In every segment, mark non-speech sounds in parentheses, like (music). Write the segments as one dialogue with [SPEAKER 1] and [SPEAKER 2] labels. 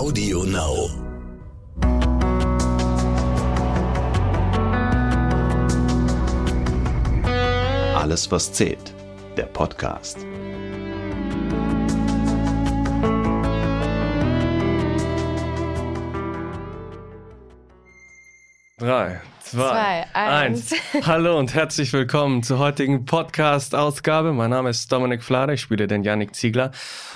[SPEAKER 1] Audio Now.
[SPEAKER 2] Alles, was zählt. Der Podcast.
[SPEAKER 3] Drei, zwei,
[SPEAKER 4] Zwei, eins.
[SPEAKER 3] eins. (laughs) Hallo und herzlich willkommen zur heutigen Podcast-Ausgabe. Mein Name ist Dominik Flader, ich spiele den Janik Ziegler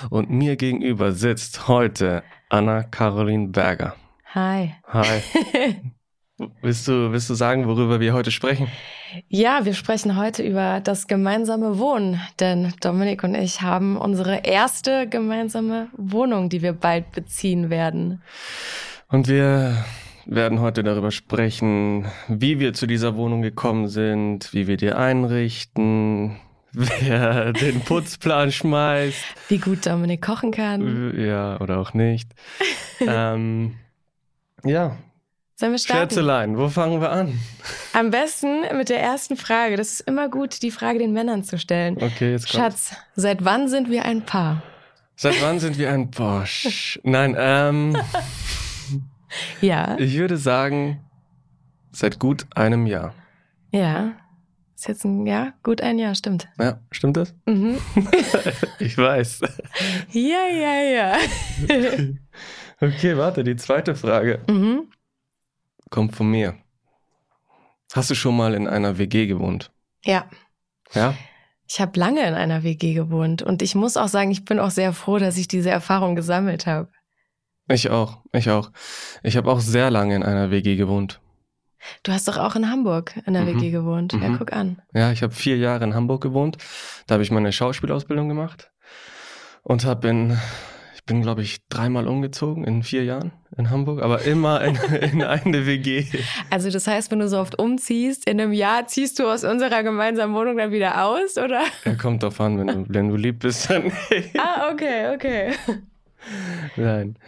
[SPEAKER 3] und mir gegenüber sitzt heute Anna-Caroline Berger.
[SPEAKER 4] Hi.
[SPEAKER 3] (laughs) Hi. willst, du, willst du sagen, worüber wir heute sprechen?
[SPEAKER 4] Ja, wir sprechen heute über das gemeinsame Wohnen, denn Dominik und ich haben unsere erste gemeinsame Wohnung, die wir bald beziehen werden.
[SPEAKER 3] Und wir werden heute darüber sprechen, wie wir zu dieser Wohnung gekommen sind, wie wir die einrichten, (laughs) wer den Putzplan schmeißt.
[SPEAKER 4] Wie gut Dominik kochen kann.
[SPEAKER 3] Äh, Ja, oder auch nicht. ähm, ja,
[SPEAKER 4] Sollen wir starten?
[SPEAKER 3] Scherzeleien, wo fangen wir an?
[SPEAKER 4] Am besten mit der ersten Frage. Das ist immer gut, die Frage den Männern zu stellen.
[SPEAKER 3] Okay, jetzt kommt's.
[SPEAKER 4] Schatz, seit wann sind wir ein Paar?
[SPEAKER 3] Seit wann sind wir ein Bosch? Nein, ähm,
[SPEAKER 4] Ja,
[SPEAKER 3] ich würde sagen, seit gut einem Jahr.
[SPEAKER 4] ja. Ist jetzt ein Jahr? Gut ein Jahr, stimmt.
[SPEAKER 3] Ja, stimmt das?
[SPEAKER 4] Mhm.
[SPEAKER 3] Ich weiß.
[SPEAKER 4] Ja, ja, ja.
[SPEAKER 3] Okay, warte, die zweite Frage
[SPEAKER 4] mhm.
[SPEAKER 3] kommt von mir. Hast du schon mal in einer WG gewohnt?
[SPEAKER 4] Ja.
[SPEAKER 3] Ja?
[SPEAKER 4] Ich habe lange in einer WG gewohnt und ich muss auch sagen, ich bin auch sehr froh, dass ich diese Erfahrung gesammelt habe.
[SPEAKER 3] Ich auch, ich auch. Ich habe auch sehr lange in einer WG gewohnt.
[SPEAKER 4] Du hast doch auch in Hamburg in der
[SPEAKER 3] Mhm.
[SPEAKER 4] WG gewohnt. Ja,
[SPEAKER 3] Mhm.
[SPEAKER 4] guck an.
[SPEAKER 3] Ja, ich habe vier Jahre in Hamburg gewohnt. Da habe ich meine Schauspielausbildung gemacht und habe in, ich bin glaube ich dreimal umgezogen in vier Jahren in Hamburg, aber immer in, (laughs) in eine WG.
[SPEAKER 4] Also das heißt, wenn du so oft umziehst, in einem Jahr ziehst du aus unserer gemeinsamen Wohnung dann wieder aus, oder?
[SPEAKER 3] (laughs) Ja, kommt drauf an, wenn du, wenn du lieb bist, dann (laughs) nicht.
[SPEAKER 4] Ah, okay, okay.
[SPEAKER 3] Nein.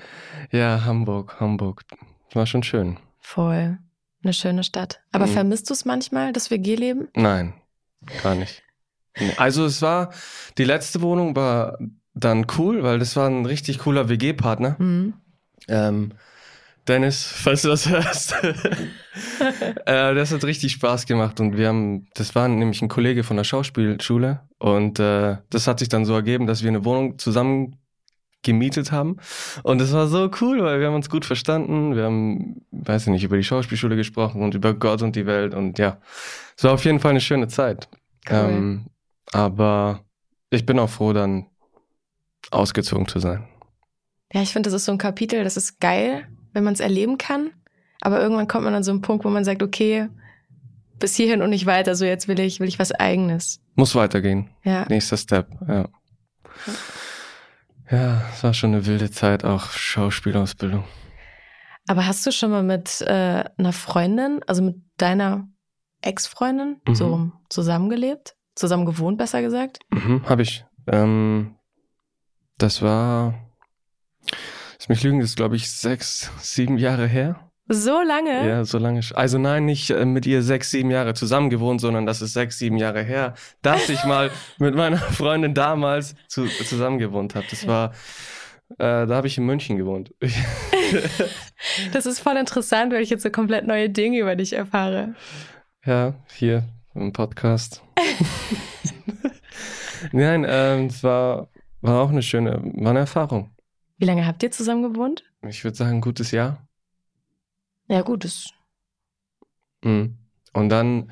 [SPEAKER 3] Ja, Hamburg, Hamburg. War schon schön.
[SPEAKER 4] Voll. Eine schöne Stadt. Aber
[SPEAKER 3] Mhm.
[SPEAKER 4] vermisst du es manchmal, das WG-Leben?
[SPEAKER 3] Nein, gar nicht. Nee. Also es war, die letzte Wohnung war dann cool, weil das war ein richtig cooler WG-Partner.
[SPEAKER 4] Mhm.
[SPEAKER 3] Ähm, Dennis, falls du das (laughs) hörst. äh, das hat richtig Spaß gemacht und wir haben, das war nämlich ein Kollege von der Schauspielschule und äh, das hat sich dann so ergeben, dass wir eine Wohnung zusammen gemietet haben und das war so cool, weil wir haben uns gut verstanden, wir haben, weiß ich nicht, über die Schauspielschule gesprochen und über Gott und die Welt und ja, es war auf jeden Fall eine schöne Zeit.
[SPEAKER 4] Cool.
[SPEAKER 3] Ähm, aber ich bin auch froh, dann ausgezogen zu sein.
[SPEAKER 4] Ja, ich finde, das ist so ein Kapitel, das ist geil, wenn man es erleben kann. Aber irgendwann kommt man an so einen Punkt, wo man sagt, okay, bis hierhin und nicht weiter, so jetzt will ich, will ich was eigenes.
[SPEAKER 3] Muss weitergehen.
[SPEAKER 4] Ja.
[SPEAKER 3] Nächster Step, ja. Ja, es war schon eine wilde Zeit, auch Schauspielausbildung.
[SPEAKER 4] Aber hast du schon mal mit äh, einer Freundin, also mit deiner Ex-Freundin,
[SPEAKER 3] Mhm.
[SPEAKER 4] so rum zusammengelebt? Zusammen gewohnt, besser gesagt?
[SPEAKER 3] Mhm, habe ich. Ähm, das war, lass mich lügen, das ist glaube ich sechs, sieben Jahre her.
[SPEAKER 4] So lange?
[SPEAKER 3] Ja, so lange. sch- Also nein, nicht äh, mit ihr sechs, sieben Jahre zusammen gewohnt, sondern das ist sechs, sieben Jahre her, dass ich mal mit meiner Freundin damals zu, zusammen gewohnt habe. Das war, äh, da habe ich in München gewohnt.
[SPEAKER 4] Das ist voll interessant, weil ich jetzt so komplett neue Dinge über dich erfahre.
[SPEAKER 3] Ja, hier im Podcast. Nein, ähm, es war, war auch eine schöne, war eine Erfahrung.
[SPEAKER 4] Wie lange habt ihr zusammen gewohnt?
[SPEAKER 3] Ich würde sagen, ein gutes Jahr.
[SPEAKER 4] Ja, gut, das.
[SPEAKER 3] Mhm. Und dann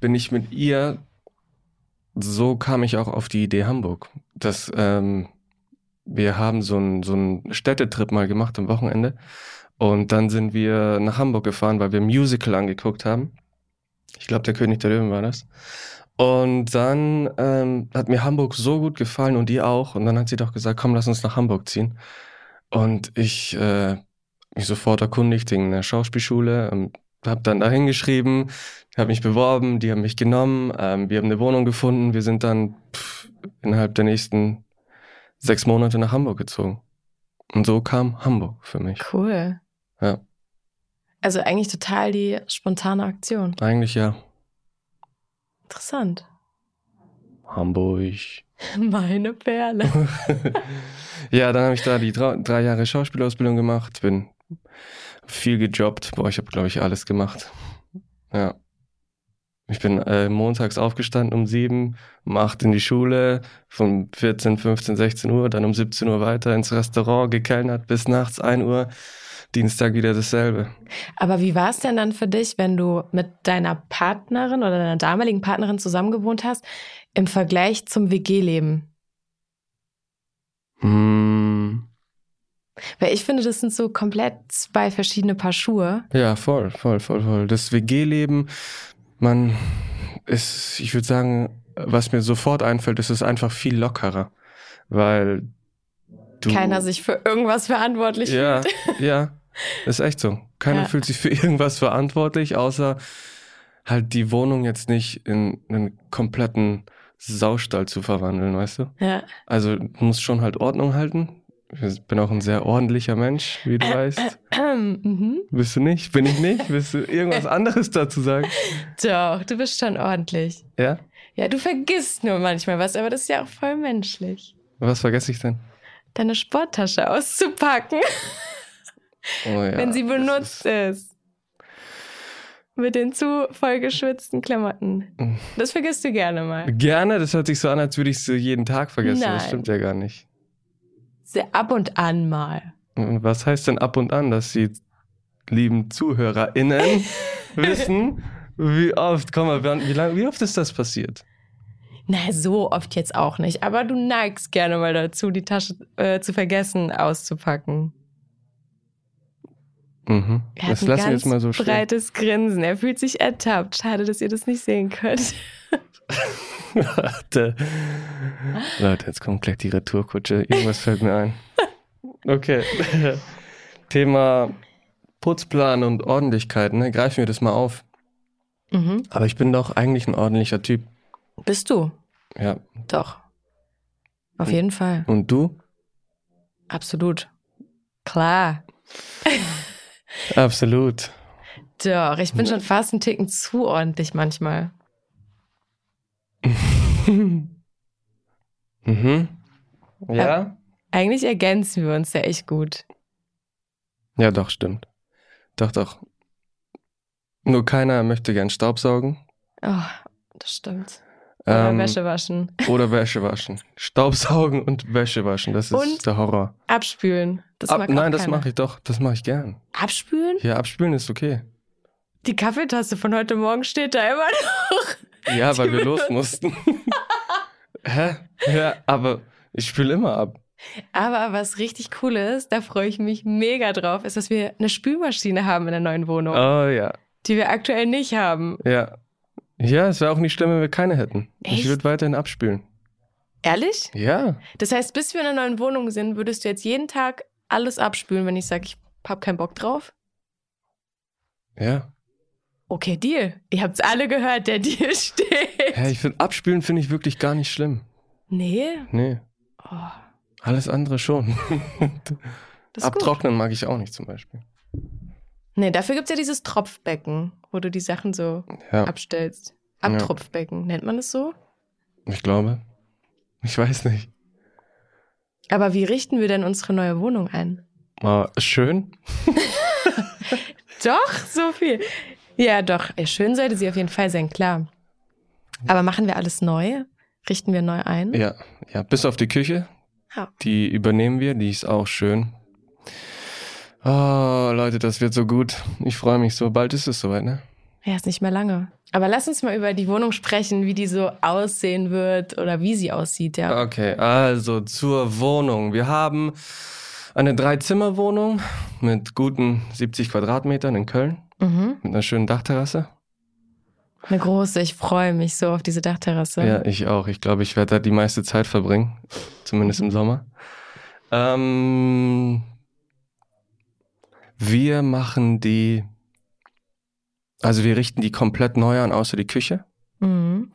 [SPEAKER 3] bin ich mit ihr, so kam ich auch auf die Idee Hamburg. Dass, ähm, wir haben so einen so einen Städtetrip mal gemacht am Wochenende. Und dann sind wir nach Hamburg gefahren, weil wir ein Musical angeguckt haben. Ich glaube, der König der Löwen war das. Und dann ähm, hat mir Hamburg so gut gefallen und ihr auch. Und dann hat sie doch gesagt, komm, lass uns nach Hamburg ziehen. Und ich äh, mich sofort erkundigt in der Schauspielschule, ähm, habe dann da hingeschrieben, habe mich beworben, die haben mich genommen, ähm, wir haben eine Wohnung gefunden, wir sind dann pff, innerhalb der nächsten sechs Monate nach Hamburg gezogen. Und so kam Hamburg für mich.
[SPEAKER 4] Cool.
[SPEAKER 3] Ja.
[SPEAKER 4] Also eigentlich total die spontane Aktion.
[SPEAKER 3] Eigentlich ja
[SPEAKER 4] Interessant.
[SPEAKER 3] Hamburg.
[SPEAKER 4] Meine Perle.
[SPEAKER 3] Ja, dann habe ich da die drei, drei Jahre Schauspielausbildung gemacht, bin viel gejobbt. Boah, ich habe, glaube ich, alles gemacht. Ja. Ich bin äh, montags aufgestanden um sieben, um acht in die Schule, von 14, 15, 16 Uhr, dann um 17 Uhr weiter ins Restaurant, gekellnert bis nachts 1 Uhr, Dienstag wieder dasselbe.
[SPEAKER 4] Aber wie war es denn dann für dich, wenn du mit deiner Partnerin oder deiner damaligen Partnerin zusammengewohnt hast, im Vergleich zum WG-Leben?
[SPEAKER 3] Hm.
[SPEAKER 4] Weil ich finde, das sind so komplett zwei verschiedene Paar Schuhe.
[SPEAKER 3] Ja, voll, voll, voll, voll. Das WG-Leben, man ist, ich würde sagen, was mir sofort einfällt, ist es einfach viel lockerer, weil du
[SPEAKER 4] Keiner sich für irgendwas verantwortlich
[SPEAKER 3] ja,
[SPEAKER 4] (laughs)
[SPEAKER 3] ja, ist echt so. Keiner
[SPEAKER 4] Ja.
[SPEAKER 3] fühlt sich für irgendwas verantwortlich, außer halt die Wohnung jetzt nicht in einen kompletten Saustall zu verwandeln, weißt du?
[SPEAKER 4] Ja. (clears throat)
[SPEAKER 3] Also du musst schon halt Ordnung halten. Ich bin auch ein sehr ordentlicher Mensch, wie
[SPEAKER 4] (laughs)
[SPEAKER 3] du weißt.
[SPEAKER 4] mhm.
[SPEAKER 3] Bist du nicht? Bin ich nicht? Willst du
[SPEAKER 4] (laughs)
[SPEAKER 3] irgendwas anderes dazu sagen?
[SPEAKER 4] Doch, du bist schon ordentlich.
[SPEAKER 3] Ja?
[SPEAKER 4] Ja, du vergisst nur manchmal was, aber das ist ja auch voll menschlich.
[SPEAKER 3] Was vergesse ich denn?
[SPEAKER 4] Deine Sporttasche
[SPEAKER 3] (laughs)
[SPEAKER 4] auszupacken,
[SPEAKER 3] Oh ja,
[SPEAKER 4] wenn sie
[SPEAKER 3] das ist-
[SPEAKER 4] benutzt ist. Mit den zu vollgeschwitzten Klamotten.
[SPEAKER 3] Mhm.
[SPEAKER 4] Das vergisst du gerne mal.
[SPEAKER 3] Gerne, das hört sich so an, als würde ich sie jeden Tag vergessen. Das
[SPEAKER 4] Nein.
[SPEAKER 3] stimmt ja gar nicht.
[SPEAKER 4] Sehr ab und an mal.
[SPEAKER 3] Und Was heißt denn ab und an, dass die lieben
[SPEAKER 4] (laughs)
[SPEAKER 3] ZuhörerInnen wissen, wie oft, komm mal, wann- wie, lang, wie oft ist das passiert?
[SPEAKER 4] Na, so oft jetzt auch nicht. Aber du neigst gerne mal dazu, die Tasche äh, zu vergessen auszupacken.
[SPEAKER 3] Mhm.
[SPEAKER 4] Er
[SPEAKER 3] Das lassen
[SPEAKER 4] hat ein
[SPEAKER 3] wir
[SPEAKER 4] ganz
[SPEAKER 3] jetzt mal so stehen.
[SPEAKER 4] breites Grinsen. Er fühlt sich ertappt. Schade, dass ihr das nicht sehen könnt.
[SPEAKER 3] Warte. Leute, jetzt kommt gleich die Retourkutsche. Irgendwas fällt mir ein. Okay. (laughs) Thema Putzplan und Ordentlichkeit, ne? Greifen wir das mal auf.
[SPEAKER 4] (laughs) Mhm.
[SPEAKER 3] Aber ich bin doch eigentlich ein ordentlicher Typ.
[SPEAKER 4] Bist du?
[SPEAKER 3] Ja.
[SPEAKER 4] Doch. Auf
[SPEAKER 3] Hm.
[SPEAKER 4] jeden Fall.
[SPEAKER 3] Und du?
[SPEAKER 4] Absolut. Klar.
[SPEAKER 3] (laughs) Absolut.
[SPEAKER 4] Doch, ich
[SPEAKER 3] Hm.
[SPEAKER 4] bin schon fast einen Ticken zu ordentlich manchmal.
[SPEAKER 3] Mhm.
[SPEAKER 4] Ja? Eigentlich ergänzen wir uns ja echt gut.
[SPEAKER 3] Ja, doch, stimmt. Doch, doch. Nur keiner möchte gern Staubsaugen.
[SPEAKER 4] Oh, das stimmt. Oder
[SPEAKER 3] Ähm,
[SPEAKER 4] Wäsche waschen.
[SPEAKER 3] oder Wäsche waschen. Staubsaugen und Wäsche waschen, das ist
[SPEAKER 4] Und
[SPEAKER 3] der Horror.
[SPEAKER 4] Abspülen. Das
[SPEAKER 3] Ab,
[SPEAKER 4] mag
[SPEAKER 3] nein,
[SPEAKER 4] auch
[SPEAKER 3] das
[SPEAKER 4] keiner.
[SPEAKER 3] mache ich doch. Das mache ich gern.
[SPEAKER 4] Abspülen?
[SPEAKER 3] Ja, abspülen ist okay.
[SPEAKER 4] Die Kaffeetasse von heute Morgen steht da immer noch.
[SPEAKER 3] Ja, weil
[SPEAKER 4] (laughs) Die
[SPEAKER 3] wir los
[SPEAKER 4] benutzt-
[SPEAKER 3] mussten. Hä? Ja, aber ich spüle immer ab.
[SPEAKER 4] Aber was richtig cool ist, da freue ich mich mega drauf, ist, dass wir eine Spülmaschine haben in der neuen Wohnung,
[SPEAKER 3] Oh ja,
[SPEAKER 4] die wir aktuell nicht haben.
[SPEAKER 3] ja. Ja, es wäre auch nicht schlimm, wenn wir keine hätten. Ich
[SPEAKER 4] Echt?
[SPEAKER 3] würde weiterhin abspülen.
[SPEAKER 4] Ehrlich?
[SPEAKER 3] Ja.
[SPEAKER 4] Das heißt, bis wir in der neuen Wohnung sind, würdest du jetzt jeden Tag alles abspülen, wenn ich sage, ich hab keinen Bock drauf?
[SPEAKER 3] Ja.
[SPEAKER 4] Okay, Deal. Ihr habt's alle gehört, der Deal (laughs) steht.
[SPEAKER 3] Hä, ich finde, abspülen finde ich wirklich gar nicht schlimm.
[SPEAKER 4] Nee.
[SPEAKER 3] Nee.
[SPEAKER 4] Oh,
[SPEAKER 3] Alles andere schon.
[SPEAKER 4] das (laughs) ist gut.
[SPEAKER 3] Abtrocknen mag ich auch nicht zum Beispiel.
[SPEAKER 4] Nee, dafür gibt's ja dieses Tropfbecken, wo du die Sachen so
[SPEAKER 3] Ja,
[SPEAKER 4] abstellst.
[SPEAKER 3] Ja.
[SPEAKER 4] Abtropfbecken, nennt man das so?
[SPEAKER 3] ich glaube. Ich weiß nicht.
[SPEAKER 4] Aber wie richten wir denn unsere neue Wohnung ein?
[SPEAKER 3] Äh, schön.
[SPEAKER 4] Doch, so viel. Ja, doch. Ja, Schön sollte sie auf jeden Fall sein, klar. Aber machen wir alles neu? Richten wir neu ein?
[SPEAKER 3] Ja, ja. Bis auf die Küche.
[SPEAKER 4] Ja.
[SPEAKER 3] Die übernehmen wir. Die ist auch schön. Oh, Leute, das wird so gut. Ich freue mich so. Bald ist es soweit, ne?
[SPEAKER 4] Ja, ist nicht mehr lange. Aber lass uns mal über die Wohnung sprechen, wie die so aussehen wird oder wie sie aussieht, ja.
[SPEAKER 3] Okay, also zur Wohnung. Wir haben eine Drei-Zimmer-Wohnung mit guten 70 Quadratmetern in Köln.
[SPEAKER 4] Mhm.
[SPEAKER 3] Mit einer schönen Dachterrasse.
[SPEAKER 4] Eine große, ich freue mich so auf diese Dachterrasse.
[SPEAKER 3] Ja, ich auch. Ich glaube, ich werde da die meiste Zeit verbringen. Zumindest im Sommer. Ähm, wir machen die. Also wir richten die komplett neu an, außer die Küche.
[SPEAKER 4] Mhm.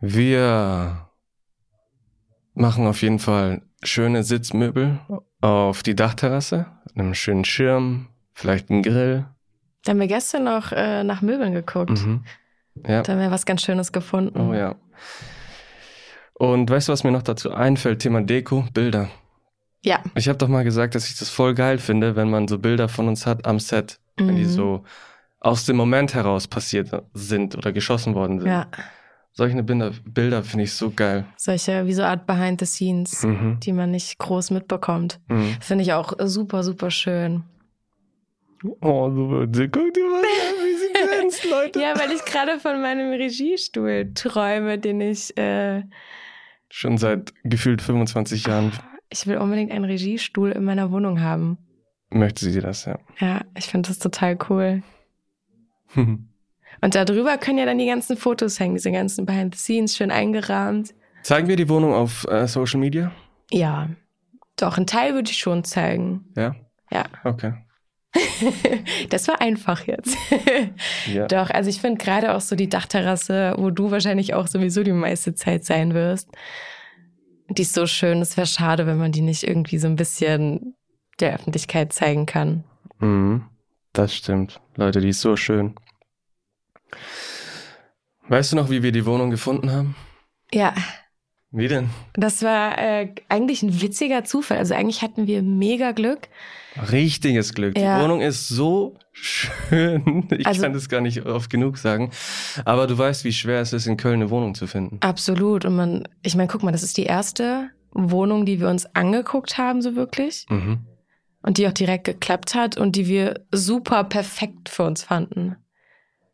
[SPEAKER 3] Wir machen auf jeden Fall schöne Sitzmöbel auf die Dachterrasse, einen schönen Schirm, vielleicht einen Grill.
[SPEAKER 4] Da haben wir gestern noch äh, nach Möbeln geguckt.
[SPEAKER 3] Mhm. Ja.
[SPEAKER 4] Da haben wir was ganz Schönes gefunden.
[SPEAKER 3] Oh ja. Und weißt du, was mir noch dazu einfällt? Thema Deko, Bilder.
[SPEAKER 4] Ja.
[SPEAKER 3] Ich habe doch mal gesagt, dass ich das voll geil finde, wenn man so Bilder von uns hat am Set, wenn die
[SPEAKER 4] Mhm.
[SPEAKER 3] so aus dem Moment heraus passiert sind oder geschossen worden sind.
[SPEAKER 4] Ja,
[SPEAKER 3] Solche Bilder, Bilder finde ich so geil.
[SPEAKER 4] solche, wie so Art Behind the Scenes,
[SPEAKER 3] Mhm.
[SPEAKER 4] die man nicht groß mitbekommt.
[SPEAKER 3] Mhm.
[SPEAKER 4] Finde ich auch super, super schön.
[SPEAKER 3] Oh, super. Guck dir mal an, wie
[SPEAKER 4] (laughs)
[SPEAKER 3] sie glänzt, Leute.
[SPEAKER 4] Ja, weil ich gerade von meinem Regiestuhl träume, den ich. Äh,
[SPEAKER 3] Schon seit gefühlt 25 Jahren
[SPEAKER 4] ich will unbedingt einen Regiestuhl in meiner Wohnung haben.
[SPEAKER 3] möchte sie das, ja. (laughs)
[SPEAKER 4] Ja, ich finde das total cool. Und darüber können ja dann die ganzen Fotos hängen, diese ganzen Behind the Scenes, schön eingerahmt.
[SPEAKER 3] Zeigen wir die Wohnung auf äh, Social Media?
[SPEAKER 4] Ja, doch, einen Teil würde ich schon zeigen.
[SPEAKER 3] Ja?
[SPEAKER 4] Ja.
[SPEAKER 3] Okay.
[SPEAKER 4] Das war einfach jetzt. (laughs)
[SPEAKER 3] Ja.
[SPEAKER 4] Doch, also ich finde gerade auch so die Dachterrasse, wo du wahrscheinlich auch sowieso die meiste Zeit sein wirst, die ist so schön. Es wäre schade, wenn man die nicht irgendwie so ein bisschen der Öffentlichkeit zeigen kann.
[SPEAKER 3] Mhm. Das stimmt. Leute, die ist so schön. Weißt du noch, wie wir die Wohnung gefunden haben?
[SPEAKER 4] Ja,
[SPEAKER 3] Wie denn?
[SPEAKER 4] das war äh, eigentlich ein witziger Zufall. Also eigentlich hatten wir mega Glück.
[SPEAKER 3] Richtiges Glück.
[SPEAKER 4] Ja.
[SPEAKER 3] Die Wohnung ist so schön. (laughs) Ich
[SPEAKER 4] Also-
[SPEAKER 3] kann das gar nicht oft genug sagen. Aber du weißt, wie schwer es ist, in Köln eine Wohnung zu finden.
[SPEAKER 4] Absolut. Und man, ich meine, guck mal, das ist die erste Wohnung, die wir uns angeguckt haben, so wirklich.
[SPEAKER 3] Mhm.
[SPEAKER 4] Und die auch direkt geklappt hat und die wir super perfekt für uns fanden.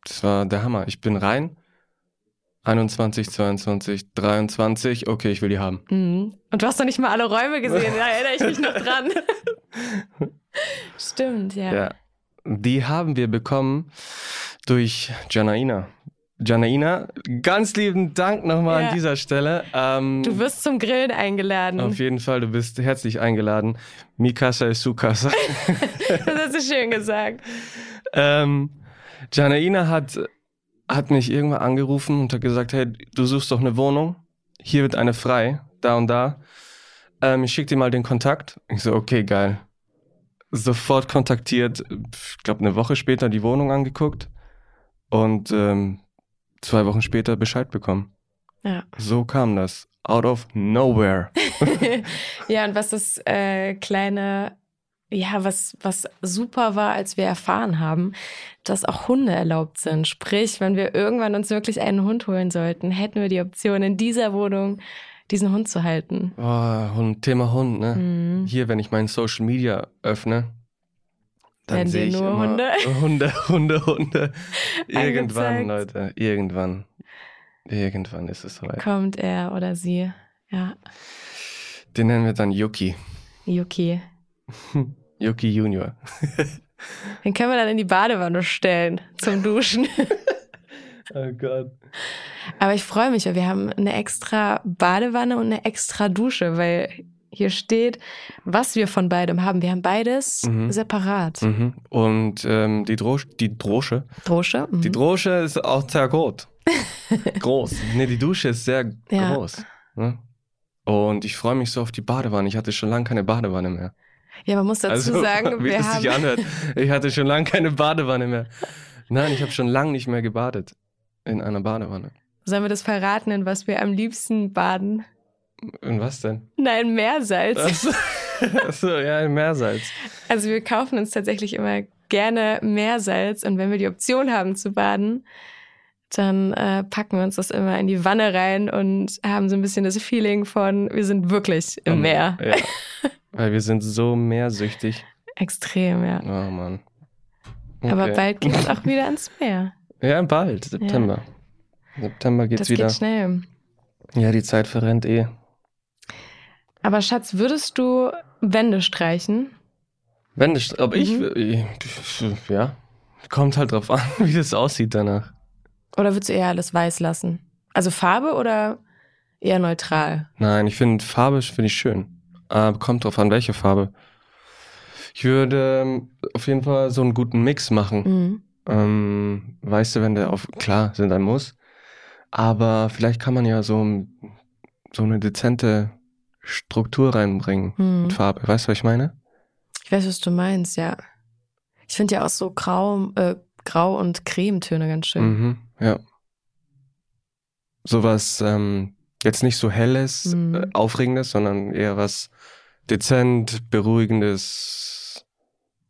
[SPEAKER 3] Das war der Hammer. Ich bin rein. 21, 22, 23. Okay, ich will die haben.
[SPEAKER 4] Mhm. Und du hast noch nicht mal alle Räume gesehen, da erinnere ich
[SPEAKER 3] (laughs)
[SPEAKER 4] mich noch dran. Stimmt, ja.
[SPEAKER 3] Ja. Die haben wir bekommen durch Janaina. Janaina, ganz lieben Dank nochmal
[SPEAKER 4] Ja.
[SPEAKER 3] an dieser Stelle. Ähm,
[SPEAKER 4] Du wirst zum Grillen eingeladen.
[SPEAKER 3] auf jeden Fall, du bist herzlich eingeladen. Mikasa ist
[SPEAKER 4] (laughs)
[SPEAKER 3] Sukasa.
[SPEAKER 4] (laughs) Das hast du schön gesagt.
[SPEAKER 3] ähm, Janaina hat, hat mich irgendwann angerufen und hat gesagt, hey, du suchst doch eine Wohnung. Hier wird eine frei, da und da. Ähm, ich schick dir mal den Kontakt. Ich so, okay, geil. Sofort kontaktiert, ich glaube eine Woche später die Wohnung angeguckt und ähm, zwei Wochen später Bescheid bekommen.
[SPEAKER 4] Ja.
[SPEAKER 3] So kam das. Out of
[SPEAKER 4] (laughs)
[SPEAKER 3] nowhere.
[SPEAKER 4] ja, und was das äh, kleine, ja, was, was super war, als wir erfahren haben, dass auch Hunde erlaubt sind. Sprich, wenn wir irgendwann uns wirklich einen Hund holen sollten, hätten wir die Option, in dieser Wohnung diesen Hund zu halten.
[SPEAKER 3] Oh, Hund, Thema Hund, ne?
[SPEAKER 4] Mhm.
[SPEAKER 3] Hier, wenn ich mein Social Media öffne, dann
[SPEAKER 4] Werden dir
[SPEAKER 3] sehe ich
[SPEAKER 4] nur
[SPEAKER 3] immer
[SPEAKER 4] Hunde.
[SPEAKER 3] (laughs) Hunde, Hunde,
[SPEAKER 4] (laughs)
[SPEAKER 3] Hunde. Irgendwann,
[SPEAKER 4] Angezeigt.
[SPEAKER 3] Leute, irgendwann. Irgendwann ist es soweit.
[SPEAKER 4] Kommt er oder sie. Ja,
[SPEAKER 3] Den nennen wir dann Yuki.
[SPEAKER 4] Yuki.
[SPEAKER 3] Yuki Junior.
[SPEAKER 4] Den können wir dann in die Badewanne stellen zum Duschen.
[SPEAKER 3] Oh Gott.
[SPEAKER 4] (laughs) Aber ich freue mich, weil wir haben eine extra Badewanne und eine extra Dusche, weil hier steht, was wir von beidem haben. Wir haben beides
[SPEAKER 3] Mhm.
[SPEAKER 4] separat.
[SPEAKER 3] Mhm. Und ähm, die, Drosch, die Drosche.
[SPEAKER 4] Dusche? Mhm.
[SPEAKER 3] Die Drosche ist auch sehr
[SPEAKER 4] (laughs)
[SPEAKER 3] gut. groß. Nee, die Dusche ist sehr
[SPEAKER 4] Ja.
[SPEAKER 3] groß. Ne? Und ich freue mich so auf die Badewanne. Ich hatte schon lange keine Badewanne mehr.
[SPEAKER 4] ja, man muss dazu
[SPEAKER 3] (laughs)
[SPEAKER 4] sagen,
[SPEAKER 3] Also, wie
[SPEAKER 4] wir
[SPEAKER 3] das sich
[SPEAKER 4] haben,
[SPEAKER 3] anhört. Ich hatte schon lange keine Badewanne mehr. Nein, ich habe schon lange nicht mehr gebadet. In einer Badewanne.
[SPEAKER 4] sollen wir das verraten, in was wir am liebsten baden?
[SPEAKER 3] In was denn? (laughs)
[SPEAKER 4] Nein, Meersalz.
[SPEAKER 3] Achso, achso, ja, in Meersalz.
[SPEAKER 4] Also wir kaufen uns tatsächlich immer gerne Meersalz und wenn wir die Option haben zu baden, dann äh, packen wir uns das immer in die Wanne rein und haben so ein bisschen das Feeling von, wir sind wirklich im
[SPEAKER 3] Ähm,
[SPEAKER 4] Meer.
[SPEAKER 3] Ja. Weil wir sind so meersüchtig.
[SPEAKER 4] Extrem, ja.
[SPEAKER 3] Oh Mann.
[SPEAKER 4] Aber
[SPEAKER 3] Okay.
[SPEAKER 4] bald geht's
[SPEAKER 3] (laughs)
[SPEAKER 4] auch wieder ans Meer.
[SPEAKER 3] Ja, bald, September. September geht's
[SPEAKER 4] das
[SPEAKER 3] wieder.
[SPEAKER 4] geht schnell.
[SPEAKER 3] ja, die Zeit verrennt eh.
[SPEAKER 4] Aber Schatz, würdest du Wände streichen?
[SPEAKER 3] Wenn das, ob
[SPEAKER 4] Mhm.
[SPEAKER 3] ich, ja, kommt halt drauf an, (laughs) wie das aussieht danach.
[SPEAKER 4] Oder würdest du eher alles weiß lassen? Also Farbe oder eher neutral?
[SPEAKER 3] Nein, ich finde Farbe finde ich schön. Aber kommt drauf an, welche Farbe. Ich würde ähm, auf jeden Fall so einen guten Mix machen.
[SPEAKER 4] Mhm.
[SPEAKER 3] Ähm, weißt du, wenn der auf klar sind ein Muss, aber vielleicht kann man ja so ein- so eine dezente Struktur reinbringen
[SPEAKER 4] Mhm.
[SPEAKER 3] mit Farbe. Weißt du, was ich meine?
[SPEAKER 4] Ich weiß, was du meinst, ja. Ich finde ja auch so grau, äh, grau und Cremetöne ganz schön.
[SPEAKER 3] Mhm, ja. Mhm, Sowas ähm, Jetzt nicht so helles,
[SPEAKER 4] Mhm.
[SPEAKER 3] äh, aufregendes, sondern eher was dezent, beruhigendes.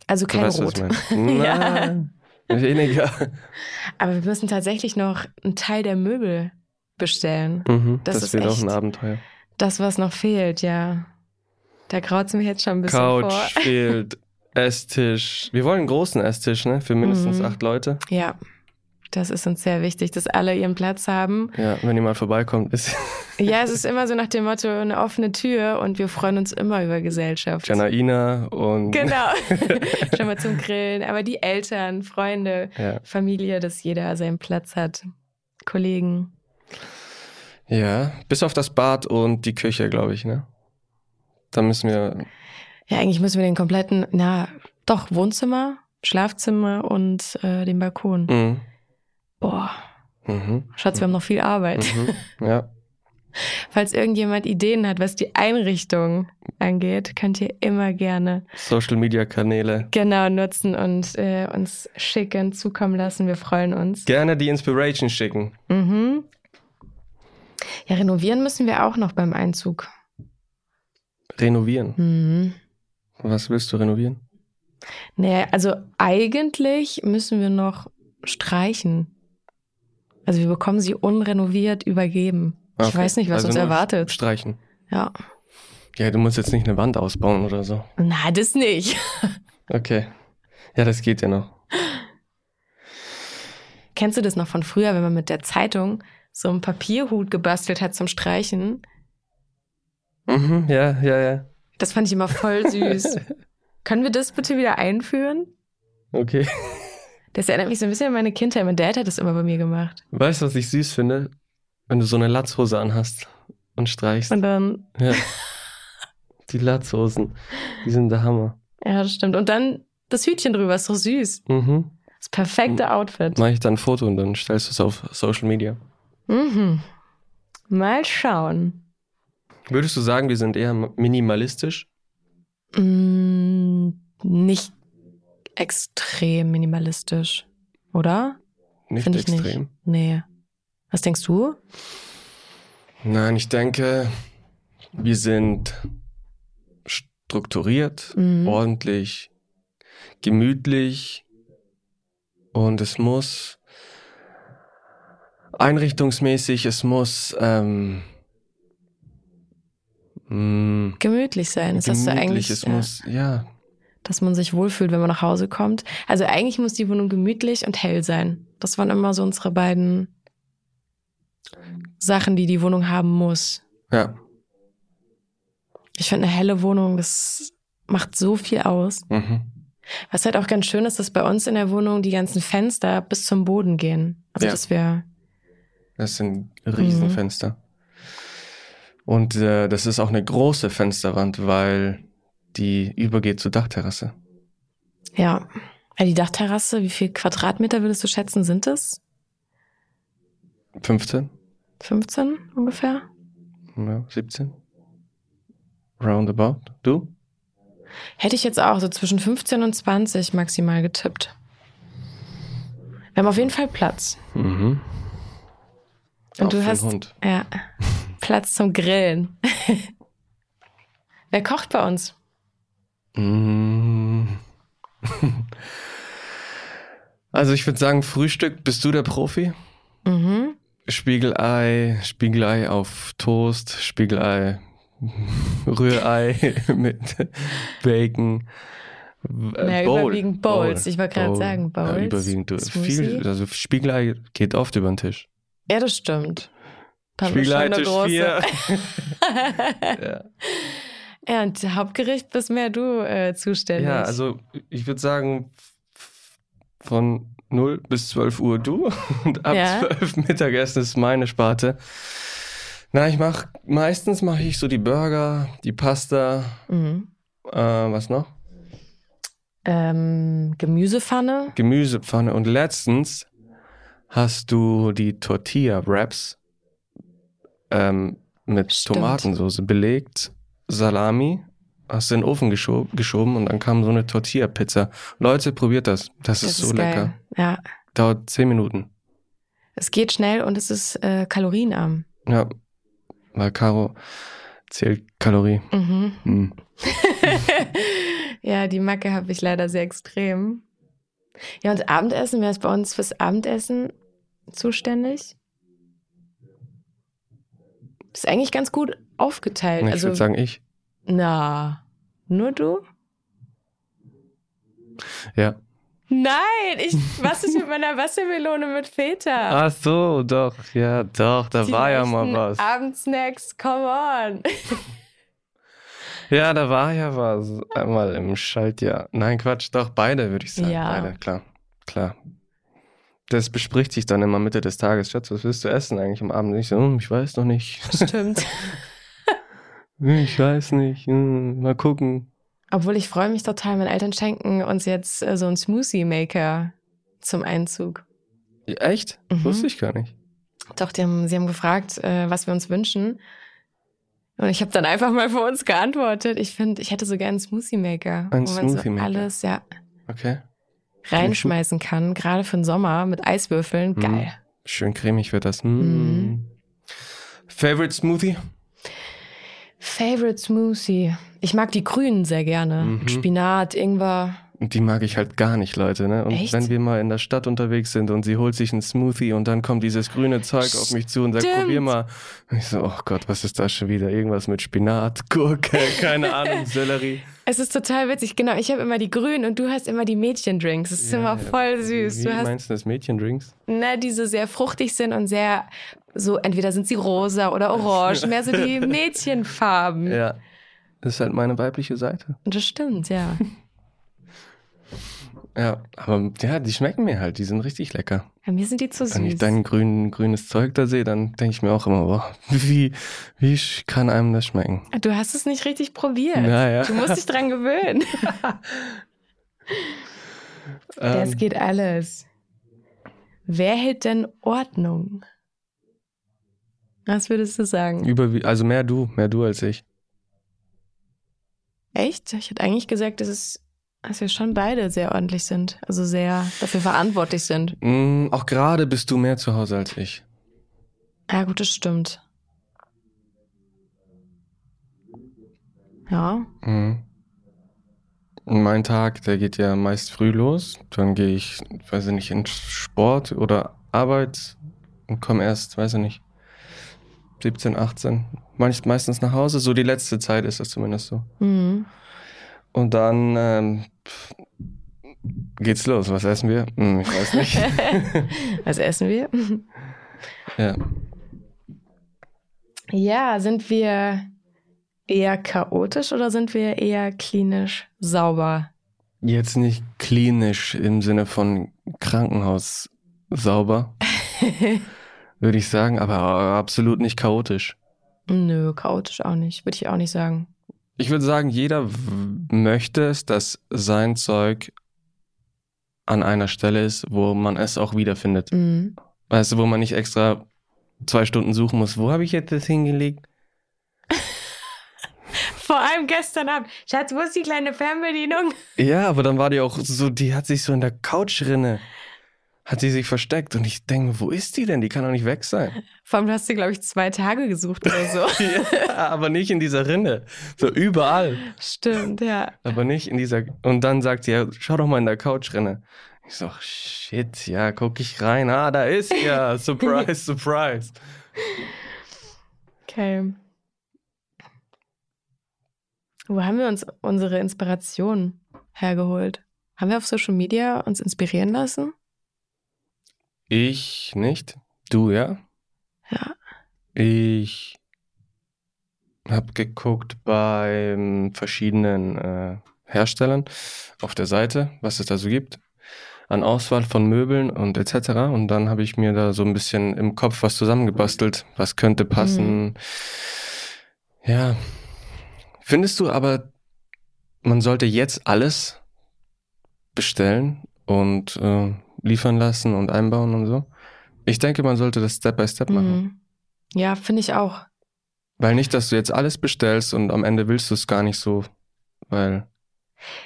[SPEAKER 4] Also
[SPEAKER 3] Du
[SPEAKER 4] kein
[SPEAKER 3] weißt,
[SPEAKER 4] Rot.
[SPEAKER 3] was ich
[SPEAKER 4] (laughs)
[SPEAKER 3] meine. Nein, weniger.
[SPEAKER 4] Aber wir müssen tatsächlich noch einen Teil der Möbel bestellen.
[SPEAKER 3] Mhm,
[SPEAKER 4] Das
[SPEAKER 3] das
[SPEAKER 4] ist
[SPEAKER 3] wird auch
[SPEAKER 4] echt
[SPEAKER 3] ein Abenteuer.
[SPEAKER 4] Das, was noch fehlt, ja. Da graut es mir jetzt schon ein bisschen
[SPEAKER 3] Couch
[SPEAKER 4] vor.
[SPEAKER 3] fehlt, Esstisch. Wir wollen einen großen Esstisch, ne? Für mindestens
[SPEAKER 4] Mhm.
[SPEAKER 3] acht Leute.
[SPEAKER 4] Ja, das ist uns sehr wichtig, dass alle ihren Platz haben.
[SPEAKER 3] Ja, wenn jemand vorbeikommt, ist (laughs)
[SPEAKER 4] Ja, es ist immer so nach dem Motto eine offene Tür und wir freuen uns immer über Gesellschaft.
[SPEAKER 3] Janaina und (laughs)
[SPEAKER 4] Genau. (laughs) schon mal zum Grillen. Aber die Eltern, Freunde,
[SPEAKER 3] ja.
[SPEAKER 4] Familie, dass jeder seinen Platz hat. Kollegen.
[SPEAKER 3] ja, bis auf das Bad und die Küche, glaube ich, ne? Da müssen wir
[SPEAKER 4] Ja, eigentlich müssen wir den kompletten, na, doch, Wohnzimmer, Schlafzimmer und äh, den Balkon.
[SPEAKER 3] mhm.
[SPEAKER 4] Boah,
[SPEAKER 3] Mhm.
[SPEAKER 4] Schatz, wir haben noch viel Arbeit.
[SPEAKER 3] Mhm. Ja,
[SPEAKER 4] Falls irgendjemand Ideen hat, was die Einrichtung angeht, könnt ihr immer gerne
[SPEAKER 3] Social Media Kanäle.
[SPEAKER 4] genau nutzen und äh, uns schicken, zukommen lassen. Wir freuen uns.
[SPEAKER 3] Gerne die Inspiration schicken.
[SPEAKER 4] Mhm. Ja, renovieren müssen wir auch noch beim Einzug.
[SPEAKER 3] Renovieren.
[SPEAKER 4] Mhm.
[SPEAKER 3] Was willst du renovieren?
[SPEAKER 4] Naja, also eigentlich müssen wir noch streichen. Also wir bekommen sie unrenoviert übergeben. Ich
[SPEAKER 3] Okay.
[SPEAKER 4] weiß nicht, was
[SPEAKER 3] Also
[SPEAKER 4] uns
[SPEAKER 3] nur
[SPEAKER 4] erwartet.
[SPEAKER 3] Streichen.
[SPEAKER 4] Ja.
[SPEAKER 3] Ja, du musst jetzt nicht eine Wand ausbauen oder so.
[SPEAKER 4] Na, das nicht. (laughs)
[SPEAKER 3] Okay. Ja, das geht ja noch.
[SPEAKER 4] Kennst du das noch von früher, wenn man mit der Zeitung so einen Papierhut gebastelt hat zum Streichen?
[SPEAKER 3] Mhm, ja, ja, ja.
[SPEAKER 4] Das fand ich immer voll
[SPEAKER 3] (laughs)
[SPEAKER 4] süß. Können wir das bitte wieder einführen?
[SPEAKER 3] Okay. (laughs)
[SPEAKER 4] Das erinnert mich so ein bisschen an meine Kindheit. Mein Dad hat das immer bei mir gemacht.
[SPEAKER 3] Weißt du, was ich süß finde? Wenn du so eine Latzhose anhast und streichst.
[SPEAKER 4] Und dann,
[SPEAKER 3] ja. Die Latzhosen, die sind der Hammer.
[SPEAKER 4] ja, das stimmt. Und dann das Hütchen drüber, ist so süß.
[SPEAKER 3] Mhm.
[SPEAKER 4] Das perfekte Outfit.
[SPEAKER 3] Mach ich dann ein Foto und dann stellst du es auf Social Media.
[SPEAKER 4] Mhm. Mal schauen.
[SPEAKER 3] Würdest du sagen, wir sind eher minimalistisch?
[SPEAKER 4] Mm, nicht extrem minimalistisch, oder?
[SPEAKER 3] Nicht
[SPEAKER 4] Finde ich
[SPEAKER 3] extrem.
[SPEAKER 4] nicht. Nee. Was denkst du?
[SPEAKER 3] Nein, ich denke, wir sind strukturiert,
[SPEAKER 4] Mhm.
[SPEAKER 3] ordentlich, gemütlich und es muss einrichtungsmäßig, es muss ähm, mh,
[SPEAKER 4] Gemütlich sein. Das hast du eigentlich.
[SPEAKER 3] es
[SPEAKER 4] ja,
[SPEAKER 3] muss, ja,
[SPEAKER 4] dass man sich wohlfühlt, wenn man nach Hause kommt. Also eigentlich muss die Wohnung gemütlich und hell sein. Das waren immer so unsere beiden Sachen, die die Wohnung haben muss.
[SPEAKER 3] ja,
[SPEAKER 4] Ich finde eine helle Wohnung, das macht so viel aus.
[SPEAKER 3] mhm.
[SPEAKER 4] Was halt auch ganz schön ist, dass bei uns in der Wohnung die ganzen Fenster bis zum Boden gehen. Also
[SPEAKER 3] Ja.
[SPEAKER 4] dass wir
[SPEAKER 3] das sind Riesenfenster. Und äh, das ist auch eine große Fensterwand, weil die übergeht zur Dachterrasse.
[SPEAKER 4] ja. Ja, Die Dachterrasse, wie viel Quadratmeter würdest du schätzen, sind es?
[SPEAKER 3] 15?
[SPEAKER 4] 15 ungefähr?
[SPEAKER 3] Ja, 17. Roundabout. Du?
[SPEAKER 4] Hätte ich jetzt auch so zwischen 15 und 20 maximal getippt. Wir haben auf jeden Fall Platz.
[SPEAKER 3] Mhm.
[SPEAKER 4] Und
[SPEAKER 3] Auch
[SPEAKER 4] du
[SPEAKER 3] für den
[SPEAKER 4] hast
[SPEAKER 3] Hund. (laughs)
[SPEAKER 4] ja Platz zum Grillen. Wer kocht bei uns?
[SPEAKER 3] Mhm. also ich würde sagen, Frühstück, bist du der Profi?
[SPEAKER 4] Mhm.
[SPEAKER 3] Spiegelei, Spiegelei auf Toast, Spiegelei, Rührei (laughs) mit Bacon. w- äh,
[SPEAKER 4] Na, überwiegend Bowls. Ich wollte gerade sagen,
[SPEAKER 3] Ja,
[SPEAKER 4] Bowls,
[SPEAKER 3] überwiegend. du-
[SPEAKER 4] Smoothie.
[SPEAKER 3] Viel, also Spiegelei geht oft über den Tisch.
[SPEAKER 4] Ja, das stimmt. Pamela ist schon
[SPEAKER 3] Spiegelei,
[SPEAKER 4] eine
[SPEAKER 3] Tisch
[SPEAKER 4] große.
[SPEAKER 3] 4. ja.
[SPEAKER 4] Ja, und Hauptgericht bist mehr du äh, zuständig.
[SPEAKER 3] Ja, also ich würde sagen, f- von 0 bis 12 Uhr du (laughs) und ab
[SPEAKER 4] Ja.
[SPEAKER 3] 12 Mittagessen ist meine Sparte. Na, ich mach, meistens mache ich so die Burger, die Pasta,
[SPEAKER 4] Mhm.
[SPEAKER 3] äh, was noch?
[SPEAKER 4] Ähm, Gemüsepfanne.
[SPEAKER 3] Gemüsepfanne. Und letztens hast du die Tortilla-Wraps ähm, mit
[SPEAKER 4] Stimmt.
[SPEAKER 3] Tomatensauce belegt, Salami, hast du in den Ofen geschob geschoben und dann kam so eine Tortilla-Pizza. Leute, probiert das. Das, ist so
[SPEAKER 4] geil.
[SPEAKER 3] lecker.
[SPEAKER 4] Ja,
[SPEAKER 3] Dauert zehn Minuten.
[SPEAKER 4] es geht schnell und es ist äh, kalorienarm.
[SPEAKER 3] Ja. Weil Caro zählt Kalorie.
[SPEAKER 4] Mhm. (laughs)
[SPEAKER 3] Hm.
[SPEAKER 4] ja, die Macke habe ich leider sehr extrem. Ja, und Abendessen, wer ist bei uns fürs Abendessen zuständig? Ist eigentlich ganz gut aufgeteilt.
[SPEAKER 3] Ich
[SPEAKER 4] also,
[SPEAKER 3] würde sagen, ich.
[SPEAKER 4] na, nur du?
[SPEAKER 3] Ja.
[SPEAKER 4] Nein, ich, was ist mit meiner Wassermelone
[SPEAKER 3] (laughs)
[SPEAKER 4] mit Feta?
[SPEAKER 3] Ach so, doch. Ja, doch, da
[SPEAKER 4] Ah. Die
[SPEAKER 3] war ja mal
[SPEAKER 4] leichten
[SPEAKER 3] was.
[SPEAKER 4] Abendsnacks,
[SPEAKER 3] (laughs)
[SPEAKER 4] come on.
[SPEAKER 3] Ja, da war ja was. Einmal im Schaltjahr. Nein, Quatsch, doch beide, würde ich sagen.
[SPEAKER 4] Ja.
[SPEAKER 3] Beide, klar. Klar. Das bespricht sich dann immer Mitte des Tages. Schatz, was willst du essen eigentlich am Abend? Und Ich so, hm, ich weiß noch nicht. (laughs)
[SPEAKER 4] Stimmt.
[SPEAKER 3] Hm, Ich weiß nicht. Hm, Mal gucken.
[SPEAKER 4] Obwohl ich freue mich total, meine Eltern schenken uns jetzt äh, so einen Smoothie-Maker zum Einzug.
[SPEAKER 3] Echt?
[SPEAKER 4] Mhm.
[SPEAKER 3] Wusste ich gar nicht.
[SPEAKER 4] Doch, die haben, sie haben gefragt, äh, was wir uns wünschen. Und ich habe dann einfach mal für uns geantwortet. Ich finde, ich hätte so gerne einen Smoothie-Maker,
[SPEAKER 3] Ein
[SPEAKER 4] wo man so
[SPEAKER 3] Smoothie-Maker.
[SPEAKER 4] alles ja,
[SPEAKER 3] Okay.
[SPEAKER 4] reinschmeißen kann, gerade für den Sommer mit Eiswürfeln.
[SPEAKER 3] Mhm.
[SPEAKER 4] Geil.
[SPEAKER 3] Schön cremig wird das.
[SPEAKER 4] Mhm.
[SPEAKER 3] Hm. Favorite Smoothie?
[SPEAKER 4] Favorite Smoothie. Ich mag die grünen sehr gerne.
[SPEAKER 3] Mhm.
[SPEAKER 4] Mit Spinat, Ingwer.
[SPEAKER 3] Und die mag ich halt gar nicht, Leute. Ne? Und
[SPEAKER 4] Echt?
[SPEAKER 3] wenn wir mal in der Stadt unterwegs sind und sie holt sich einen Smoothie und dann kommt dieses grüne Zeug auf mich zu und sagt,
[SPEAKER 4] Stimmt.
[SPEAKER 3] probier mal. Und ich so, oh Gott, was ist das schon wieder? Irgendwas mit Spinat,
[SPEAKER 4] (laughs)
[SPEAKER 3] Gurke, keine Ahnung, Sellerie.
[SPEAKER 4] Es ist total witzig. Genau, ich habe immer die grünen und du hast immer die Mädchendrinks. Das ist immer voll süß.
[SPEAKER 3] also Wie
[SPEAKER 4] Du hast
[SPEAKER 3] meinst du das Mädchendrinks?
[SPEAKER 4] ne, die so sehr fruchtig sind und sehr so, entweder sind sie rosa oder orange, mehr
[SPEAKER 3] (laughs)
[SPEAKER 4] so die Mädchenfarben.
[SPEAKER 3] Ja. Das ist halt meine weibliche Seite.
[SPEAKER 4] Das stimmt, ja.
[SPEAKER 3] Ja, aber ja, die schmecken mir halt, die sind richtig lecker.
[SPEAKER 4] Bei mir sind die zu
[SPEAKER 3] Wenn
[SPEAKER 4] süß.
[SPEAKER 3] ich dein grün, grünes Zeug da sehe, dann denke ich mir auch immer, boah, wie, wie sch- kann einem das schmecken?
[SPEAKER 4] du hast es nicht richtig probiert.
[SPEAKER 3] Naja.
[SPEAKER 4] Du musst dich dran gewöhnen.
[SPEAKER 3] (laughs)
[SPEAKER 4] Das
[SPEAKER 3] Ähm,
[SPEAKER 4] geht alles. Wer hält denn Ordnung? Was würdest du sagen?
[SPEAKER 3] überwie- also mehr du, mehr du als ich.
[SPEAKER 4] Echt? Ich hätte eigentlich gesagt, dass, es, dass wir schon beide sehr ordentlich sind. Also sehr dafür verantwortlich sind.
[SPEAKER 3] Mm, auch gerade bist du mehr zu Hause als ich.
[SPEAKER 4] Ja, gut, das stimmt. Ja.
[SPEAKER 3] Mhm. Und Mein Tag, der geht ja meist früh los. Dann gehe ich, weiß ich nicht, in Sport oder Arbeit und komme erst, weiß ich nicht, 17, 18. Meist, meistens nach Hause. So die letzte Zeit ist das zumindest so.
[SPEAKER 4] Mhm.
[SPEAKER 3] Und dann ähm, pff, geht's los. Was essen wir? Hm, ich weiß nicht.
[SPEAKER 4] Was essen wir? (laughs)
[SPEAKER 3] ja.
[SPEAKER 4] Ja, sind wir eher chaotisch oder sind wir eher klinisch sauber?
[SPEAKER 3] Jetzt nicht klinisch im Sinne von Krankenhaus sauber, würde ich sagen, aber absolut nicht chaotisch.
[SPEAKER 4] Nö, chaotisch auch nicht. Würde ich auch nicht sagen.
[SPEAKER 3] Ich würde sagen, jeder w- möchte es, dass sein Zeug an einer Stelle ist, wo man es auch wiederfindet.
[SPEAKER 4] Mhm.
[SPEAKER 3] Weißt du, wo man nicht extra zwei Stunden suchen muss, wo habe ich jetzt das hingelegt?
[SPEAKER 4] Vor allem gestern Abend. Schatz, wo ist die kleine Fernbedienung?
[SPEAKER 3] Ja, aber dann war die auch so, die hat sich so in der Couchrinne, hat sie sich versteckt und ich denke, wo ist die denn? Die kann doch nicht weg sein. (laughs)
[SPEAKER 4] Vor allem, du hast sie, glaube ich, zwei Tage gesucht oder so.
[SPEAKER 3] ja, aber nicht in dieser Rinne, so überall,
[SPEAKER 4] Stimmt, ja.
[SPEAKER 3] aber nicht in dieser. Und dann sagt sie, ja, schau doch mal in der Couchrinne. Ich so, shit, ja, guck ich rein, ah, da ist sie ja, surprise, surprise.
[SPEAKER 4] Okay. Wo haben wir uns unsere Inspiration hergeholt? Haben wir auf Social Media uns inspirieren lassen?
[SPEAKER 3] Ich nicht, du ja.
[SPEAKER 4] Ja.
[SPEAKER 3] Ich habe geguckt bei ähm, verschiedenen äh, Herstellern auf der Seite, was es da so gibt, an Auswahl von Möbeln und etc. Und dann habe ich mir da so ein bisschen im Kopf was zusammengebastelt, was könnte passen. Ja. Findest du aber, man sollte jetzt alles bestellen und äh, liefern lassen und einbauen und so? Ich denke, man sollte das Step by Step machen.
[SPEAKER 4] Mhm. Ja, finde ich auch.
[SPEAKER 3] Weil nicht, dass du jetzt alles bestellst und am Ende willst du es gar nicht so, weil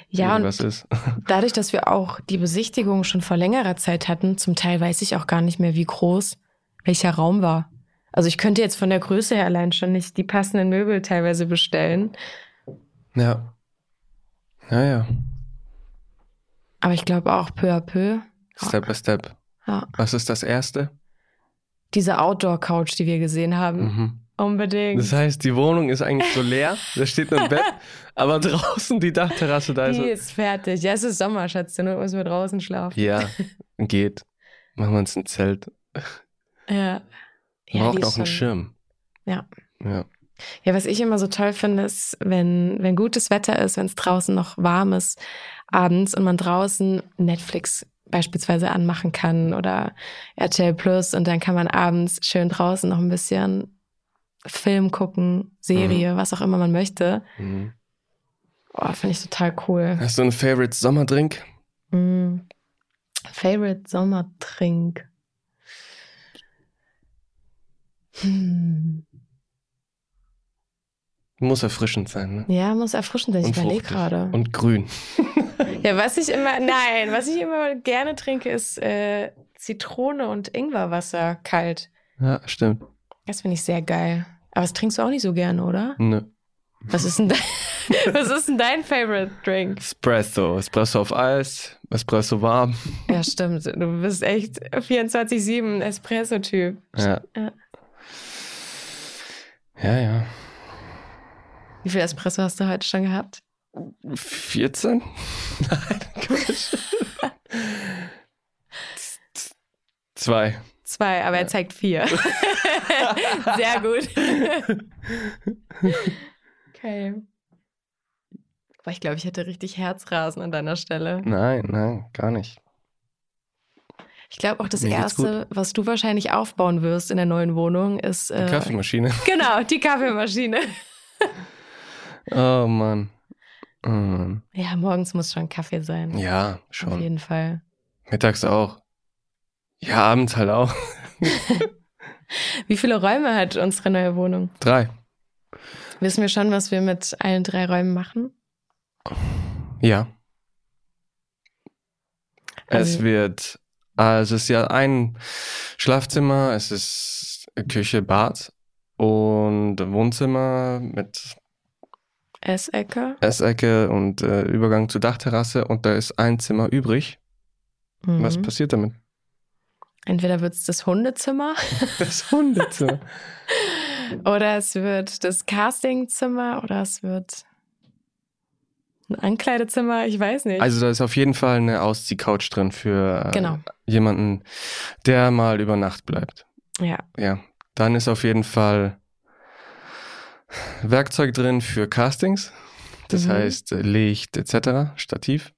[SPEAKER 4] Ja, und
[SPEAKER 3] irgendwas ist. (laughs)
[SPEAKER 4] dadurch, dass wir auch die Besichtigung schon vor längerer Zeit hatten, zum Teil weiß ich auch gar nicht mehr, wie groß welcher Raum war. Also ich könnte jetzt von der Größe her allein schon nicht die passenden Möbel teilweise bestellen.
[SPEAKER 3] Ja. Naja.
[SPEAKER 4] Aber ich glaube auch peu à peu.
[SPEAKER 3] Step by step.
[SPEAKER 4] Ja.
[SPEAKER 3] Was ist das Erste?
[SPEAKER 4] Diese Outdoor-Couch, die wir gesehen haben.
[SPEAKER 3] Mhm.
[SPEAKER 4] Unbedingt.
[SPEAKER 3] Das heißt, die Wohnung ist eigentlich so leer, da steht nur ein
[SPEAKER 4] (laughs)
[SPEAKER 3] Bett, aber draußen die Dachterrasse, da ist
[SPEAKER 4] die ist fertig. Ja, es ist Sommer, Schatz. Dann müssen wir draußen schlafen. (laughs)
[SPEAKER 3] Ja, geht. Machen wir uns ein Zelt. Wir
[SPEAKER 4] Ja. Ja, die
[SPEAKER 3] brauchen
[SPEAKER 4] ist
[SPEAKER 3] auch einen
[SPEAKER 4] schon-
[SPEAKER 3] Schirm.
[SPEAKER 4] Ja.
[SPEAKER 3] Ja.
[SPEAKER 4] Ja, was ich immer so toll finde, ist, wenn, wenn gutes Wetter ist, wenn es draußen noch warm ist abends und man draußen Netflix beispielsweise anmachen kann oder RTL Plus und dann kann man abends schön draußen noch ein bisschen Film gucken, Serie, was auch immer man möchte.
[SPEAKER 3] Mhm.
[SPEAKER 4] Oh, finde ich total cool.
[SPEAKER 3] Hast du einen Favorite Sommerdrink?
[SPEAKER 4] Mm. Favorite Sommertrink. Hm.
[SPEAKER 3] Muss erfrischend sein, ne?
[SPEAKER 4] Ja, muss erfrischend sein. Ich überlege
[SPEAKER 3] fruchtig.
[SPEAKER 4] gerade.
[SPEAKER 3] Und grün.
[SPEAKER 4] Ja, was ich immer, nein, was ich immer gerne trinke, ist äh, Zitrone und Ingwerwasser kalt.
[SPEAKER 3] Ja, stimmt.
[SPEAKER 4] Das finde ich sehr geil. Aber das trinkst du auch nicht so gerne, oder?
[SPEAKER 3] Nö.
[SPEAKER 4] Was ist denn dein, (laughs) was ist denn dein Favorite Drink?
[SPEAKER 3] Espresso. Espresso auf Eis, Espresso warm.
[SPEAKER 4] Ja, stimmt. Du bist echt 24-7 Espresso-Typ.
[SPEAKER 3] Ja.
[SPEAKER 4] Ja.
[SPEAKER 3] Ja, ja.
[SPEAKER 4] Wie viel Espresso hast du heute schon gehabt?
[SPEAKER 3] 14? (laughs) Nein, Quatsch. Zwei.
[SPEAKER 4] Zwei, aber er zeigt vier. (laughs) Sehr gut. okay. Boah, ich glaube, ich hätte richtig Herzrasen an deiner Stelle.
[SPEAKER 3] Nein, nein, gar nicht.
[SPEAKER 4] Ich glaube auch das
[SPEAKER 3] Mir geht's
[SPEAKER 4] Erste, was du wahrscheinlich aufbauen wirst in der neuen Wohnung, ist
[SPEAKER 3] Die
[SPEAKER 4] äh,
[SPEAKER 3] Kaffeemaschine.
[SPEAKER 4] Genau, die Kaffeemaschine.
[SPEAKER 3] Oh Mann. Oh Mann.
[SPEAKER 4] Ja, morgens muss schon Kaffee sein.
[SPEAKER 3] Ja,
[SPEAKER 4] Auf
[SPEAKER 3] schon.
[SPEAKER 4] jeden Fall.
[SPEAKER 3] Mittags auch. Ja, abends halt auch.
[SPEAKER 4] Wie viele Räume hat unsere neue Wohnung?
[SPEAKER 3] Drei.
[SPEAKER 4] Wissen wir schon, was wir mit allen drei Räumen machen?
[SPEAKER 3] Ja. Es
[SPEAKER 4] Also-
[SPEAKER 3] wird, also es ist ja ein Schlafzimmer, es ist Küche, Bad und Wohnzimmer mit
[SPEAKER 4] Essecke.
[SPEAKER 3] Essecke und äh, Übergang zur Dachterrasse und da ist ein Zimmer übrig.
[SPEAKER 4] Mhm.
[SPEAKER 3] Was passiert
[SPEAKER 4] (laughs)
[SPEAKER 3] damit?
[SPEAKER 4] Entweder wird es das Hundezimmer
[SPEAKER 3] Das Hundezimmer.
[SPEAKER 4] oder es wird das Castingzimmer oder es wird ein Ankleidezimmer. Ich weiß nicht.
[SPEAKER 3] also da ist auf jeden Fall eine Ausziehcouch drin für äh,
[SPEAKER 4] genau.
[SPEAKER 3] jemanden, der mal über Nacht bleibt.
[SPEAKER 4] Ja.
[SPEAKER 3] ja, dann ist auf jeden Fall Werkzeug drin für Castings. Das
[SPEAKER 4] Mhm.
[SPEAKER 3] heißt äh, Licht etc., Stativ.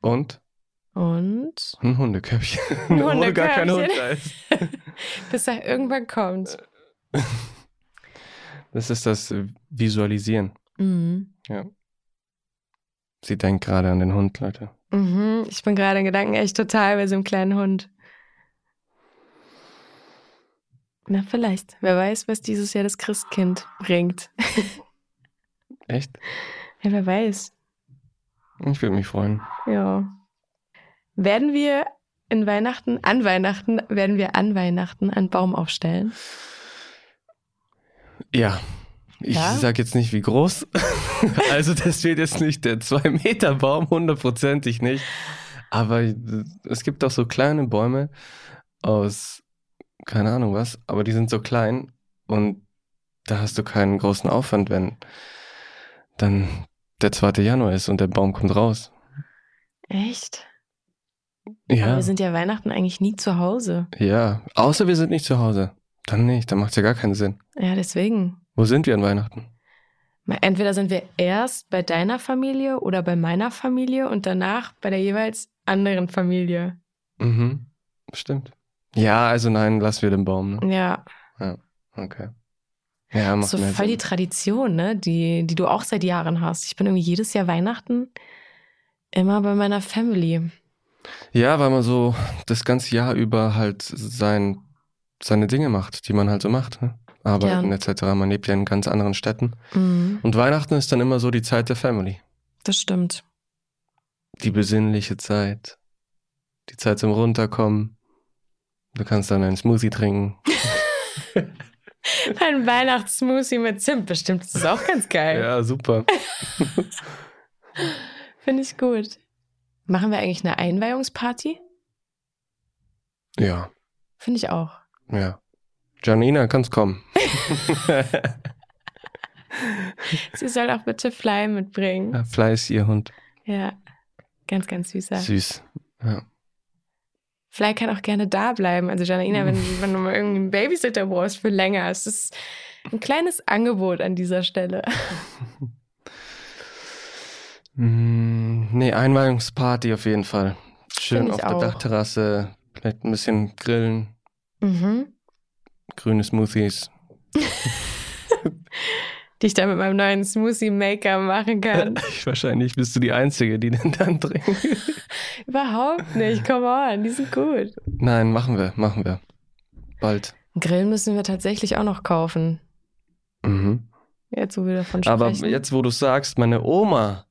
[SPEAKER 3] Und
[SPEAKER 4] Und
[SPEAKER 3] ein Hundeköpfchen. (laughs)
[SPEAKER 4] Ein
[SPEAKER 3] Obwohl gar kein Hund
[SPEAKER 4] Hundeköpfchen.
[SPEAKER 3] da ist.
[SPEAKER 4] bis er irgendwann kommt.
[SPEAKER 3] Das ist das äh, Visualisieren.
[SPEAKER 4] Mhm.
[SPEAKER 3] Sie denkt gerade an den Hund, Leute.
[SPEAKER 4] Mhm, ich bin gerade in Gedanken echt total bei so einem kleinen Hund. Na, vielleicht. Wer weiß, was dieses Jahr das Christkind bringt. (laughs)
[SPEAKER 3] Echt?
[SPEAKER 4] Ja, wer weiß.
[SPEAKER 3] Ich würde mich freuen.
[SPEAKER 4] Ja. Werden wir in Weihnachten, an Weihnachten, werden wir an Weihnachten einen Baum aufstellen?
[SPEAKER 3] Ja. Ich
[SPEAKER 4] Ja?
[SPEAKER 3] sag jetzt nicht, wie groß. (laughs) also das wird jetzt nicht der 2-Meter-Baum, hundertprozentig nicht. Aber äh, es gibt auch so kleine Bäume aus, keine Ahnung was, aber die sind so klein und da hast du keinen großen Aufwand, wenn dann der 2. Januar ist und der Baum kommt raus.
[SPEAKER 4] Echt? Aber
[SPEAKER 3] Ja,
[SPEAKER 4] wir sind ja Weihnachten eigentlich nie zu Hause.
[SPEAKER 3] ja. Außer wir sind nicht zu Hause. Dann nicht, dann macht's ja gar keinen Sinn.
[SPEAKER 4] Ja, deswegen.
[SPEAKER 3] Wo sind wir an Weihnachten?
[SPEAKER 4] Entweder sind wir erst bei deiner Familie oder bei meiner Familie und danach bei der jeweils anderen Familie.
[SPEAKER 3] Mhm. Stimmt. Ja, also nein, lassen wir den Baum. Ne?
[SPEAKER 4] Ja,
[SPEAKER 3] Okay. Ja, macht
[SPEAKER 4] So
[SPEAKER 3] mehr
[SPEAKER 4] voll die
[SPEAKER 3] Sinn.
[SPEAKER 4] Tradition, ne? die, die du auch seit Jahren hast. Ich bin irgendwie jedes Jahr Weihnachten immer bei meiner Family.
[SPEAKER 3] Ja, weil man so das ganze Jahr über halt sein, seine Dinge macht, die man halt so macht. Ne? Arbeiten
[SPEAKER 4] Ja.
[SPEAKER 3] etc. Man lebt ja in ganz anderen Städten.
[SPEAKER 4] Mhm.
[SPEAKER 3] Und Weihnachten ist dann immer so die Zeit der Family.
[SPEAKER 4] Das stimmt.
[SPEAKER 3] Die besinnliche Zeit. Die Zeit zum Runterkommen. Du kannst dann einen Smoothie trinken.
[SPEAKER 4] Ein Weihnachtssmoothie mit Zimt bestimmt. Das ist auch ganz geil.
[SPEAKER 3] Ja, super.
[SPEAKER 4] Finde ich gut. Machen wir eigentlich eine Einweihungsparty?
[SPEAKER 3] Ja,
[SPEAKER 4] Finde ich auch.
[SPEAKER 3] ja. Janina, kannst kommen.
[SPEAKER 4] Sie soll auch bitte Fly mitbringen.
[SPEAKER 3] Ja, Fly ist ihr Hund.
[SPEAKER 4] Ja. Ganz, ganz süßer.
[SPEAKER 3] Süß. Ja.
[SPEAKER 4] Fly kann auch gerne da bleiben. Also Janaina, (laughs) wenn, wenn du mal irgendwie einen Babysitter brauchst für länger, es ist ein kleines Angebot an dieser Stelle. (laughs)
[SPEAKER 3] Mm, Nee, Einweihungsparty auf jeden Fall.
[SPEAKER 4] Find
[SPEAKER 3] Schön
[SPEAKER 4] ich
[SPEAKER 3] auf der
[SPEAKER 4] auch.
[SPEAKER 3] Dachterrasse, vielleicht ein bisschen grillen,
[SPEAKER 4] Mhm.
[SPEAKER 3] grüne Smoothies.
[SPEAKER 4] Die ich da mit meinem neuen Smoothie-Maker machen kann. (laughs)
[SPEAKER 3] Wahrscheinlich bist du die Einzige, die den dann trinkt.
[SPEAKER 4] Überhaupt nicht. Come on, die sind gut.
[SPEAKER 3] Nein, machen wir, machen wir. Bald.
[SPEAKER 4] Grill müssen wir tatsächlich auch noch kaufen.
[SPEAKER 3] Mhm.
[SPEAKER 4] Jetzt, wo wir davon sprechen.
[SPEAKER 3] Aber jetzt, wo du sagst, meine Oma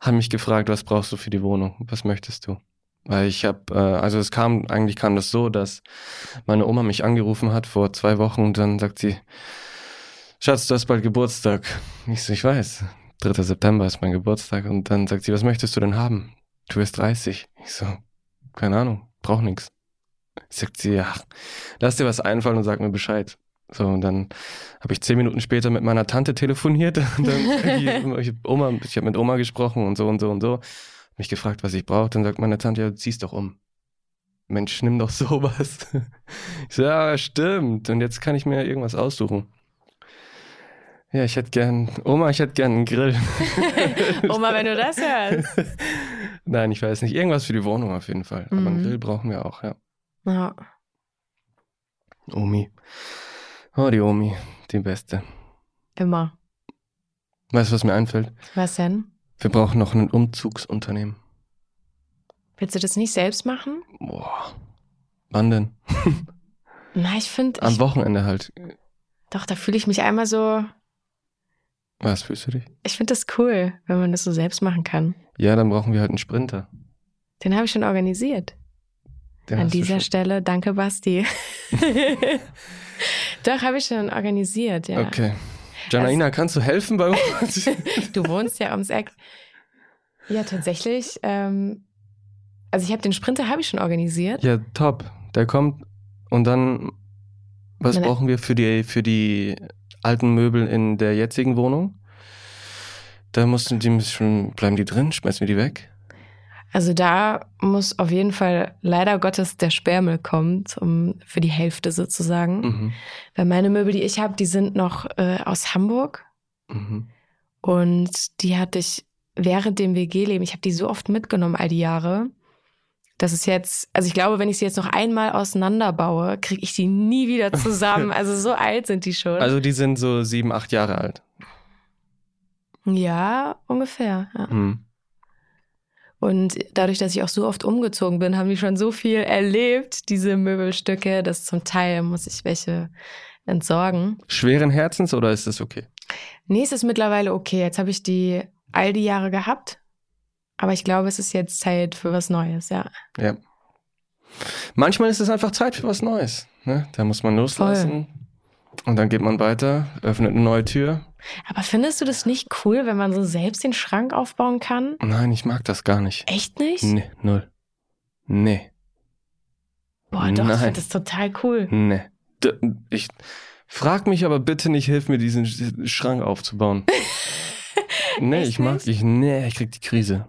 [SPEAKER 3] hat mich gefragt, was brauchst du für die Wohnung? Was möchtest du? Weil ich habe, äh, also es kam, eigentlich kam das so, dass meine Oma mich angerufen hat vor zwei Wochen und dann sagt sie, Schatz, du hast bald Geburtstag. Ich so, ich weiß, 3. September ist mein Geburtstag. Und dann sagt sie, was möchtest du denn haben? Du bist 30. Ich so, keine Ahnung, brauch nix. Sagt sie, ja, lass dir was einfallen und sag mir Bescheid. So, und dann habe ich zehn Minuten später mit meiner Tante telefoniert (laughs) und dann irgendwie, ich hab Oma, ich habe mit Oma gesprochen und so und so und so, mich gefragt, was ich brauche. Dann sagt meine Tante, ja, zieh's doch um. Mensch, nimm doch sowas. (laughs) Ich so, ja, stimmt. Und jetzt kann ich mir irgendwas aussuchen. Ja, ich hätte gern, Oma, ich hätte gern einen Grill.
[SPEAKER 4] (laughs) Oma, wenn du das hörst.
[SPEAKER 3] (laughs) Nein, ich weiß nicht. Irgendwas für die Wohnung auf jeden Fall. Aber einen
[SPEAKER 4] Mhm.
[SPEAKER 3] Grill brauchen wir auch, ja.
[SPEAKER 4] (laughs) Ja.
[SPEAKER 3] Omi. Oh, die Omi, die Beste.
[SPEAKER 4] Immer.
[SPEAKER 3] Weißt du, was mir einfällt?
[SPEAKER 4] Was denn?
[SPEAKER 3] Wir brauchen noch ein Umzugsunternehmen.
[SPEAKER 4] Willst du das nicht selbst machen?
[SPEAKER 3] Boah. Wann denn?
[SPEAKER 4] Na, ich finde,
[SPEAKER 3] Am Wochenende halt.
[SPEAKER 4] doch, da fühle ich mich einmal so,
[SPEAKER 3] Was fühlst du dich?
[SPEAKER 4] ich finde das cool, wenn man das so selbst machen kann.
[SPEAKER 3] Ja, dann brauchen wir halt einen Sprinter.
[SPEAKER 4] Den habe ich schon organisiert.
[SPEAKER 3] Den
[SPEAKER 4] An
[SPEAKER 3] hast du
[SPEAKER 4] dieser
[SPEAKER 3] schon.
[SPEAKER 4] Stelle, danke
[SPEAKER 3] (laughs)
[SPEAKER 4] Basti. Doch, habe ich schon organisiert, ja.
[SPEAKER 3] Okay. Janaina, kannst du helfen bei uns?
[SPEAKER 4] (laughs) Du wohnst ja ums Eck. Ja, tatsächlich. Ähm, also ich habe den Sprinter habe ich schon organisiert.
[SPEAKER 3] ja, top. Der kommt und dann was
[SPEAKER 4] Meine-
[SPEAKER 3] brauchen wir für die für die alten Möbel in der jetzigen Wohnung? Da mussten die müssen bleiben die drin, schmeißen wir die weg?
[SPEAKER 4] Also da muss auf jeden Fall leider Gottes der Sperrmüll kommen, zum, für die Hälfte sozusagen.
[SPEAKER 3] Mhm.
[SPEAKER 4] Weil meine Möbel, die ich habe, die sind noch äh, aus Hamburg
[SPEAKER 3] Mhm.
[SPEAKER 4] und die hatte ich während dem WG-Leben, ich habe die so oft mitgenommen all die Jahre, dass es jetzt, also ich glaube, wenn ich sie jetzt noch einmal auseinanderbaue, kriege ich die nie wieder zusammen. Also so alt sind die schon.
[SPEAKER 3] Also die sind so sieben, acht Jahre alt.
[SPEAKER 4] ja, ungefähr. Ja.
[SPEAKER 3] Mhm.
[SPEAKER 4] Und dadurch, dass ich auch so oft umgezogen bin, haben die schon so viel erlebt, diese Möbelstücke, dass zum Teil muss ich welche entsorgen.
[SPEAKER 3] Schweren Herzens oder ist das okay?
[SPEAKER 4] Nee, es ist mittlerweile okay. Jetzt habe ich die all die Jahre gehabt. Aber ich glaube, es ist jetzt Zeit für was Neues, ja.
[SPEAKER 3] Ja. Manchmal ist es einfach Zeit für was Neues. Ne? Da muss man loslassen. Und dann geht man weiter, öffnet eine neue Tür.
[SPEAKER 4] Aber findest du das nicht cool, wenn man so selbst den Schrank aufbauen kann?
[SPEAKER 3] Nein, ich mag das gar nicht.
[SPEAKER 4] Echt nicht?
[SPEAKER 3] Nee, null. Nee,
[SPEAKER 4] Boah, doch, ich
[SPEAKER 3] Nein.
[SPEAKER 4] finde das total cool.
[SPEAKER 3] nee. D ich frag mich aber bitte nicht, hilf mir, diesen Sch- Schrank
[SPEAKER 4] (laughs)
[SPEAKER 3] aufzubauen. nee,
[SPEAKER 4] Echt
[SPEAKER 3] ich mag,
[SPEAKER 4] nicht?
[SPEAKER 3] ich, nee, ich krieg die Krise.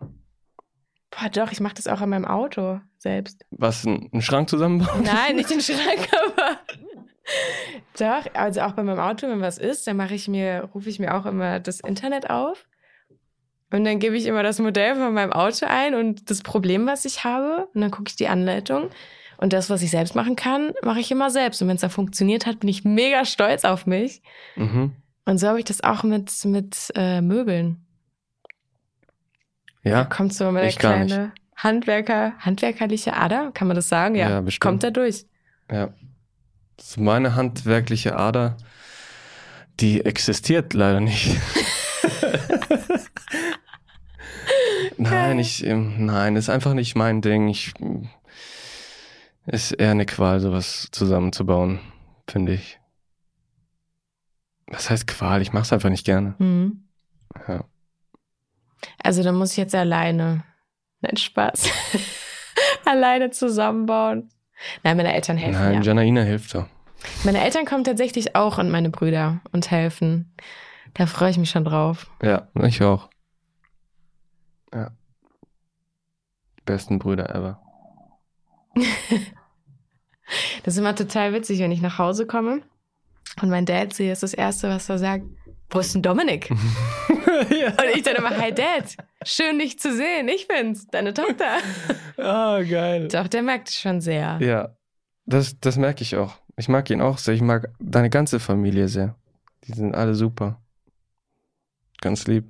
[SPEAKER 4] Boah, doch, ich mache das auch an meinem Auto
[SPEAKER 3] (laughs)
[SPEAKER 4] selbst.
[SPEAKER 3] Was, ein- einen Schrank zusammenbauen?
[SPEAKER 4] Nein, nicht den Schrank, aber. (laughs) Doch, also auch bei meinem Auto, wenn was ist, dann mache ich mir, rufe ich mir auch immer das Internet auf. Und dann gebe ich immer das Modell von meinem Auto ein und das Problem, was ich habe. Und dann gucke ich die Anleitung. Und das, was ich selbst machen kann, mache ich immer selbst. Und wenn es dann funktioniert hat, bin ich mega stolz auf mich.
[SPEAKER 3] Mhm.
[SPEAKER 4] Und so habe ich das auch mit, mit äh, Möbeln. Da
[SPEAKER 3] Ja,
[SPEAKER 4] kommt so immer der
[SPEAKER 3] ich gar nicht.
[SPEAKER 4] kleine Handwerker, handwerkerliche Ader, kann man das sagen? Ja,
[SPEAKER 3] Ja, bestimmt.
[SPEAKER 4] kommt da durch.
[SPEAKER 3] ja. Das ist meine handwerkliche Ader, die existiert leider
[SPEAKER 4] (laughs)
[SPEAKER 3] nicht. nein, ich, ähm, nein, ist einfach nicht mein Ding. Ich, ähm, Ist eher eine Qual, sowas zusammenzubauen, finde ich. Was heißt Qual? Ich mache es einfach nicht gerne.
[SPEAKER 4] Mhm.
[SPEAKER 3] Ja.
[SPEAKER 4] Also dann muss ich jetzt alleine. Nein, Spaß. (laughs) alleine zusammenbauen. Nein, meine Eltern helfen
[SPEAKER 3] Nein,
[SPEAKER 4] ja.
[SPEAKER 3] Janaina hilft doch.
[SPEAKER 4] Meine Eltern kommen tatsächlich auch und meine Brüder und helfen. Da freue ich mich schon drauf.
[SPEAKER 3] Ja, ich auch. Ja. Besten Brüder ever.
[SPEAKER 4] Das ist immer total witzig, wenn ich nach Hause komme und mein Dad sehe, ist das Erste, was er sagt, wo ist
[SPEAKER 3] (laughs)
[SPEAKER 4] denn Dominik? (laughs) Und
[SPEAKER 3] ja.
[SPEAKER 4] ich dann immer, hi Dad, schön dich zu sehen, ich bin's, deine Tochter.
[SPEAKER 3] (laughs) Ah, geil.
[SPEAKER 4] Doch, der merkt es schon sehr.
[SPEAKER 3] Ja, das, das merke ich auch. Ich mag ihn auch sehr. Ich mag deine ganze Familie sehr. Die sind alle super. Ganz lieb.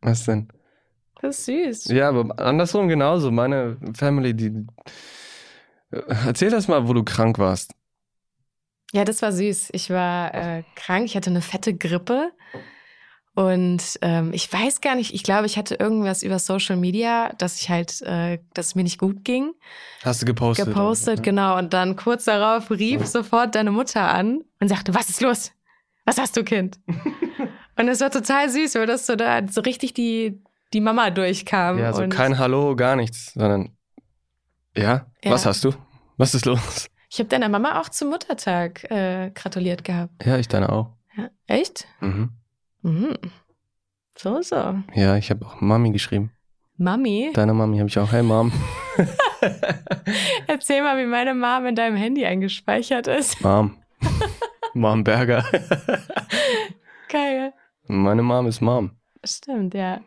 [SPEAKER 3] Was denn?
[SPEAKER 4] Das ist süß.
[SPEAKER 3] Ja, aber andersrum genauso. Meine Family, die. äh, Erzähl das mal, wo du krank warst.
[SPEAKER 4] Ja, das war süß. Ich war äh, krank, ich hatte eine fette Grippe. Und ähm, ich weiß gar nicht, ich glaube, ich hatte irgendwas über Social Media, dass ich halt, äh, dass es mir nicht gut ging.
[SPEAKER 3] Hast du gepostet?
[SPEAKER 4] Gepostet,
[SPEAKER 3] oder?
[SPEAKER 4] genau. Und dann kurz darauf rief sofort deine Mutter an und sagte, was ist los? Was hast du, Kind?
[SPEAKER 3] (laughs)
[SPEAKER 4] und es war total süß, weil das so da so richtig die, die Mama durchkam.
[SPEAKER 3] Ja, so
[SPEAKER 4] genau. und
[SPEAKER 3] kein Hallo, gar nichts, sondern. Ja?
[SPEAKER 4] Ja.
[SPEAKER 3] Was hast du? Was ist los?
[SPEAKER 4] ich habe deiner Mama auch zum Muttertag äh, gratuliert gehabt.
[SPEAKER 3] Ja, ich deine auch.
[SPEAKER 4] Ja. Echt?
[SPEAKER 3] Mhm.
[SPEAKER 4] Mhm. So, so.
[SPEAKER 3] Ja, ich habe auch Mami geschrieben.
[SPEAKER 4] Mami.
[SPEAKER 3] Deiner Mami habe ich auch. Hey, Mom.
[SPEAKER 4] (laughs) Erzähl mal, wie meine Mom in deinem Handy eingespeichert ist. (laughs)
[SPEAKER 3] Mom. (laughs) Mom Berger.
[SPEAKER 4] Geil.
[SPEAKER 3] Meine Mom ist Mom.
[SPEAKER 4] Stimmt, ja.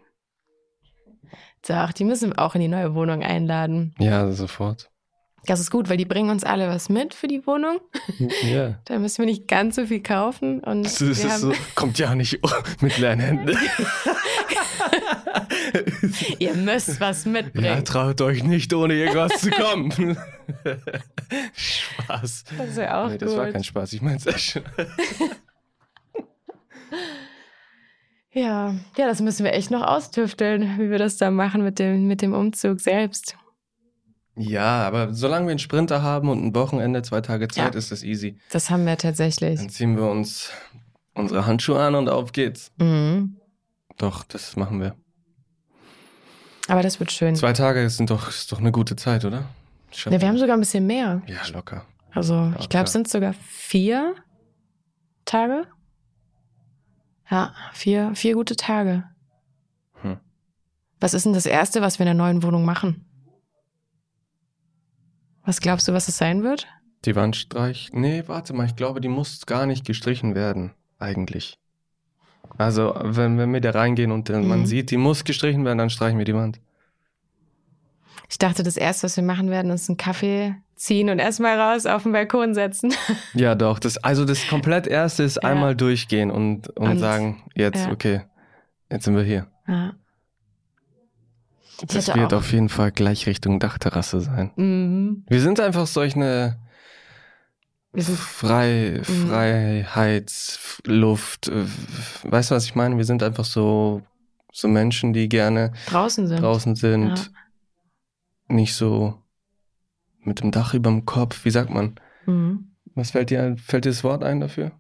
[SPEAKER 4] Doch, die müssen wir auch in die neue Wohnung einladen.
[SPEAKER 3] Ja, sofort.
[SPEAKER 4] Das ist gut, weil die bringen uns alle was mit für die Wohnung.
[SPEAKER 3] Ja.
[SPEAKER 4] Da müssen wir nicht ganz so viel kaufen. Und
[SPEAKER 3] Das ist
[SPEAKER 4] wir haben,
[SPEAKER 3] so, kommt ja nicht (laughs) mit leeren Händen.
[SPEAKER 4] ihr müsst was
[SPEAKER 3] Ja,
[SPEAKER 4] mitbringen.
[SPEAKER 3] traut euch nicht, ohne irgendwas zu
[SPEAKER 4] (laughs)
[SPEAKER 3] kommen. Spaß.
[SPEAKER 4] das ist ja auch
[SPEAKER 3] nee,
[SPEAKER 4] gut.
[SPEAKER 3] das war kein Spaß. Ich meine es
[SPEAKER 4] ja. ja, das müssen wir echt noch austüfteln, wie wir das da machen mit dem, mit dem Umzug selbst.
[SPEAKER 3] Ja, aber solange wir einen Sprinter haben und ein Wochenende, zwei Tage Zeit,
[SPEAKER 4] Ja.
[SPEAKER 3] ist das easy.
[SPEAKER 4] Das haben wir tatsächlich.
[SPEAKER 3] Dann ziehen wir uns unsere Handschuhe an und auf geht's.
[SPEAKER 4] Mhm.
[SPEAKER 3] Doch, das machen wir.
[SPEAKER 4] Aber das wird schön.
[SPEAKER 3] Zwei Tage sind doch, ist doch eine gute Zeit, oder?
[SPEAKER 4] Ja, wir haben sogar ein bisschen mehr.
[SPEAKER 3] ja, locker.
[SPEAKER 4] Also, ich
[SPEAKER 3] klar.
[SPEAKER 4] glaube, es sind sogar vier Tage. Ja, vier, vier gute Tage.
[SPEAKER 3] Hm.
[SPEAKER 4] Was ist denn das Erste, was wir in der neuen Wohnung machen? Was glaubst du, was es sein wird?
[SPEAKER 3] Die Wand streicht. Nee, warte mal, ich glaube, die muss gar nicht gestrichen werden, eigentlich. Also, wenn, wenn wir da reingehen und dann man
[SPEAKER 4] Mhm.
[SPEAKER 3] sieht, die muss gestrichen werden, dann streichen wir die Wand.
[SPEAKER 4] Ich dachte, das Erste, was wir machen werden, ist einen Kaffee ziehen und erstmal raus auf den Balkon setzen. (laughs)
[SPEAKER 3] Ja, doch. Das, also das komplett erste ist
[SPEAKER 4] Ja.
[SPEAKER 3] einmal durchgehen und, und,
[SPEAKER 4] Und-
[SPEAKER 3] sagen, jetzt,
[SPEAKER 4] ja.
[SPEAKER 3] okay, jetzt sind wir hier.
[SPEAKER 4] Ja. Ich
[SPEAKER 3] Das
[SPEAKER 4] hätte
[SPEAKER 3] wird
[SPEAKER 4] auch-
[SPEAKER 3] auf jeden Fall gleich Richtung Dachterrasse sein.
[SPEAKER 4] Mhm.
[SPEAKER 3] Wir sind einfach solch eine
[SPEAKER 4] Wir sind Mhm.
[SPEAKER 3] Frei, Freiheitsluft. äh, Weißt du, was ich meine? Wir sind einfach so, so Menschen, die gerne
[SPEAKER 4] draußen sind.
[SPEAKER 3] draußen sind, nicht so mit dem Dach überm Kopf. Wie sagt man?
[SPEAKER 4] Mhm.
[SPEAKER 3] Was fällt dir ein? Fällt dir das Wort ein dafür?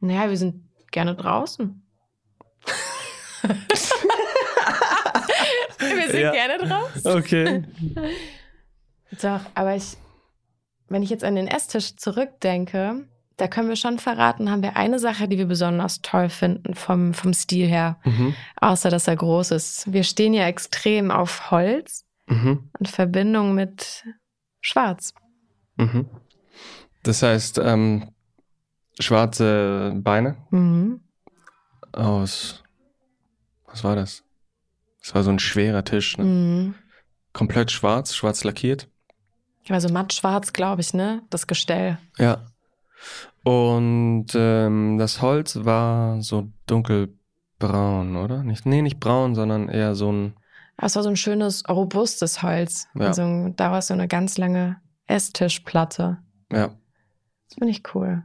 [SPEAKER 4] Naja, wir sind gerne draußen. wir sind
[SPEAKER 3] Ja.
[SPEAKER 4] gerne draußen.
[SPEAKER 3] Okay.
[SPEAKER 4] Doch, aber ich, wenn ich jetzt an den Esstisch zurückdenke, da können wir schon verraten, haben wir eine Sache, die wir besonders toll finden vom, vom Stil her,
[SPEAKER 3] mhm.
[SPEAKER 4] außer dass er groß ist. Wir stehen ja extrem auf Holz
[SPEAKER 3] Mhm.
[SPEAKER 4] in Verbindung mit Schwarz.
[SPEAKER 3] Mhm. Das heißt, ähm, schwarze Beine
[SPEAKER 4] Mhm.
[SPEAKER 3] aus. Was war das? Das war so ein schwerer Tisch. Ne?
[SPEAKER 4] Mhm.
[SPEAKER 3] Komplett schwarz, schwarz lackiert.
[SPEAKER 4] Also matt-schwarz, glaube ich, ne? Das Gestell.
[SPEAKER 3] Ja. Und ähm, das Holz war so dunkelbraun, oder? Nicht, nee, nicht braun, sondern eher so ein
[SPEAKER 4] Aber Ah, es war so ein schönes, robustes Holz.
[SPEAKER 3] Ja.
[SPEAKER 4] Also daraus so eine ganz lange Esstischplatte.
[SPEAKER 3] Ja,
[SPEAKER 4] Das finde ich cool.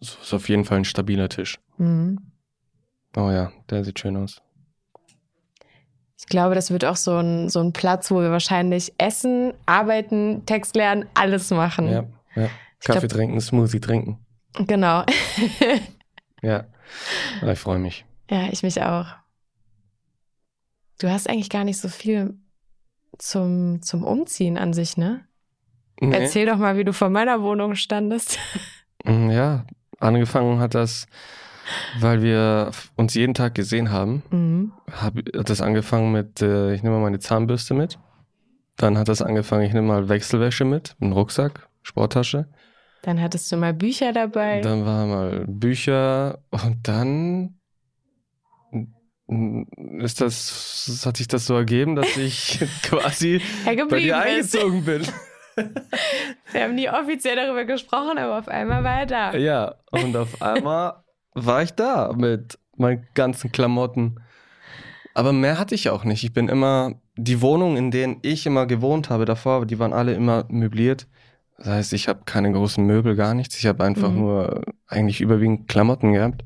[SPEAKER 3] es ist auf jeden Fall ein stabiler Tisch.
[SPEAKER 4] Mhm.
[SPEAKER 3] Oh ja, der sieht schön aus.
[SPEAKER 4] Ich Ich glaube, das wird auch so ein, so ein Platz, wo wir wahrscheinlich essen, arbeiten, Text lernen, alles machen.
[SPEAKER 3] Ja, ja. Kaffee
[SPEAKER 4] Hm. glaub-
[SPEAKER 3] trinken, Smoothie trinken.
[SPEAKER 4] Genau. (laughs)
[SPEAKER 3] Ja. Ah, Ich freue mich.
[SPEAKER 4] ja, ich mich auch. Du hast eigentlich gar nicht so viel zum, zum Umziehen an sich, ne?
[SPEAKER 3] Nee.
[SPEAKER 4] Erzähl doch mal, wie du vor meiner Wohnung standest.
[SPEAKER 3] Mm, Ja, angefangen hat das, weil wir f- uns jeden Tag gesehen haben.
[SPEAKER 4] Mhm.
[SPEAKER 3] Hab, hat das angefangen mit, äh, ich nehme mal meine Zahnbürste mit. Dann hat das angefangen, ich nehme mal Wechselwäsche mit, einen Rucksack, Sporttasche.
[SPEAKER 4] Dann hattest du mal Bücher dabei.
[SPEAKER 3] Dann waren mal Bücher und dann mm, ist das, hat sich das so ergeben, dass ich (laughs) quasi
[SPEAKER 4] Herr
[SPEAKER 3] bei
[SPEAKER 4] geblieben
[SPEAKER 3] dir
[SPEAKER 4] bist.
[SPEAKER 3] eingezogen bin.
[SPEAKER 4] Wir haben nie offiziell darüber gesprochen, aber auf einmal war er da.
[SPEAKER 3] Ja, und auf einmal war ich da mit meinen ganzen Klamotten. Aber mehr hatte ich auch nicht. Ich bin immer, die Wohnungen, in denen ich immer gewohnt habe davor, die waren alle immer möbliert. Das heißt, ich habe keine großen Möbel, gar nichts. Ich habe einfach
[SPEAKER 4] Mhm.
[SPEAKER 3] nur eigentlich überwiegend Klamotten gehabt.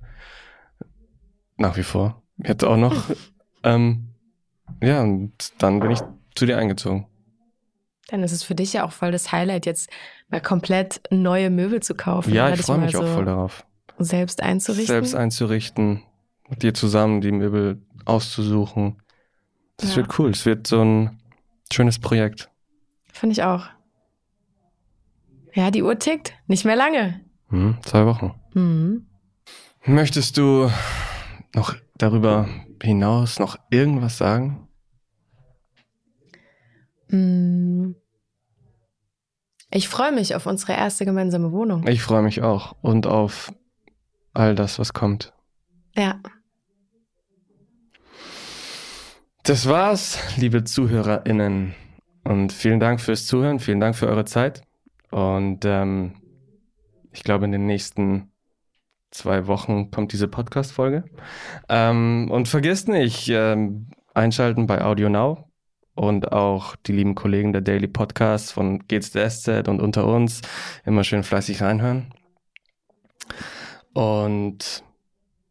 [SPEAKER 3] Nach wie vor. Jetzt auch (laughs) noch. ähm, ja, und dann bin ich zu dir eingezogen.
[SPEAKER 4] Dann ist es für dich ja auch voll das Highlight, jetzt mal komplett neue Möbel zu kaufen.
[SPEAKER 3] ja,
[SPEAKER 4] oder
[SPEAKER 3] ich
[SPEAKER 4] dich
[SPEAKER 3] freue
[SPEAKER 4] mal
[SPEAKER 3] mich auch
[SPEAKER 4] so
[SPEAKER 3] voll darauf.
[SPEAKER 4] Selbst einzurichten.
[SPEAKER 3] selbst einzurichten, mit dir zusammen die Möbel auszusuchen. Das
[SPEAKER 4] Ja.
[SPEAKER 3] wird cool. Es wird so ein schönes Projekt.
[SPEAKER 4] Finde ich auch. Ja, die Uhr tickt. Nicht mehr lange.
[SPEAKER 3] Hm, zwei Wochen.
[SPEAKER 4] Mhm.
[SPEAKER 3] Möchtest du noch darüber hinaus noch irgendwas sagen?
[SPEAKER 4] Mhm. Ich freue mich auf unsere erste gemeinsame Wohnung.
[SPEAKER 3] Ich freue mich auch und auf all das, was kommt.
[SPEAKER 4] Ja,
[SPEAKER 3] Das war's, liebe ZuhörerInnen. Und vielen Dank fürs Zuhören, vielen Dank für eure Zeit. Und ähm, ich glaube, in den nächsten zwei Wochen kommt diese Podcast-Folge. Ähm, und vergesst nicht, ähm, einschalten bei Audio Now und auch die lieben Kollegen der Daily Podcast von Geht's der SZ und unter uns. Immer schön fleißig reinhören. Und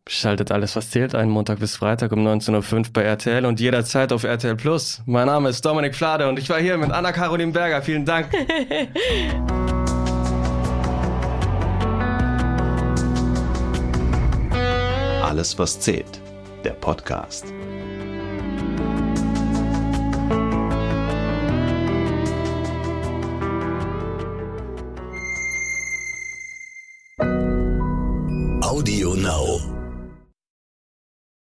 [SPEAKER 3] Schaltet alles, was zählt, ein Montag bis Freitag um 19.05 Uhr bei RTL und jederzeit auf RTL Plus. Mein Name ist Dominik Flade und ich war hier mit Anna-Caroline Berger. Vielen Dank.
[SPEAKER 2] Alles, was zählt. Der Podcast.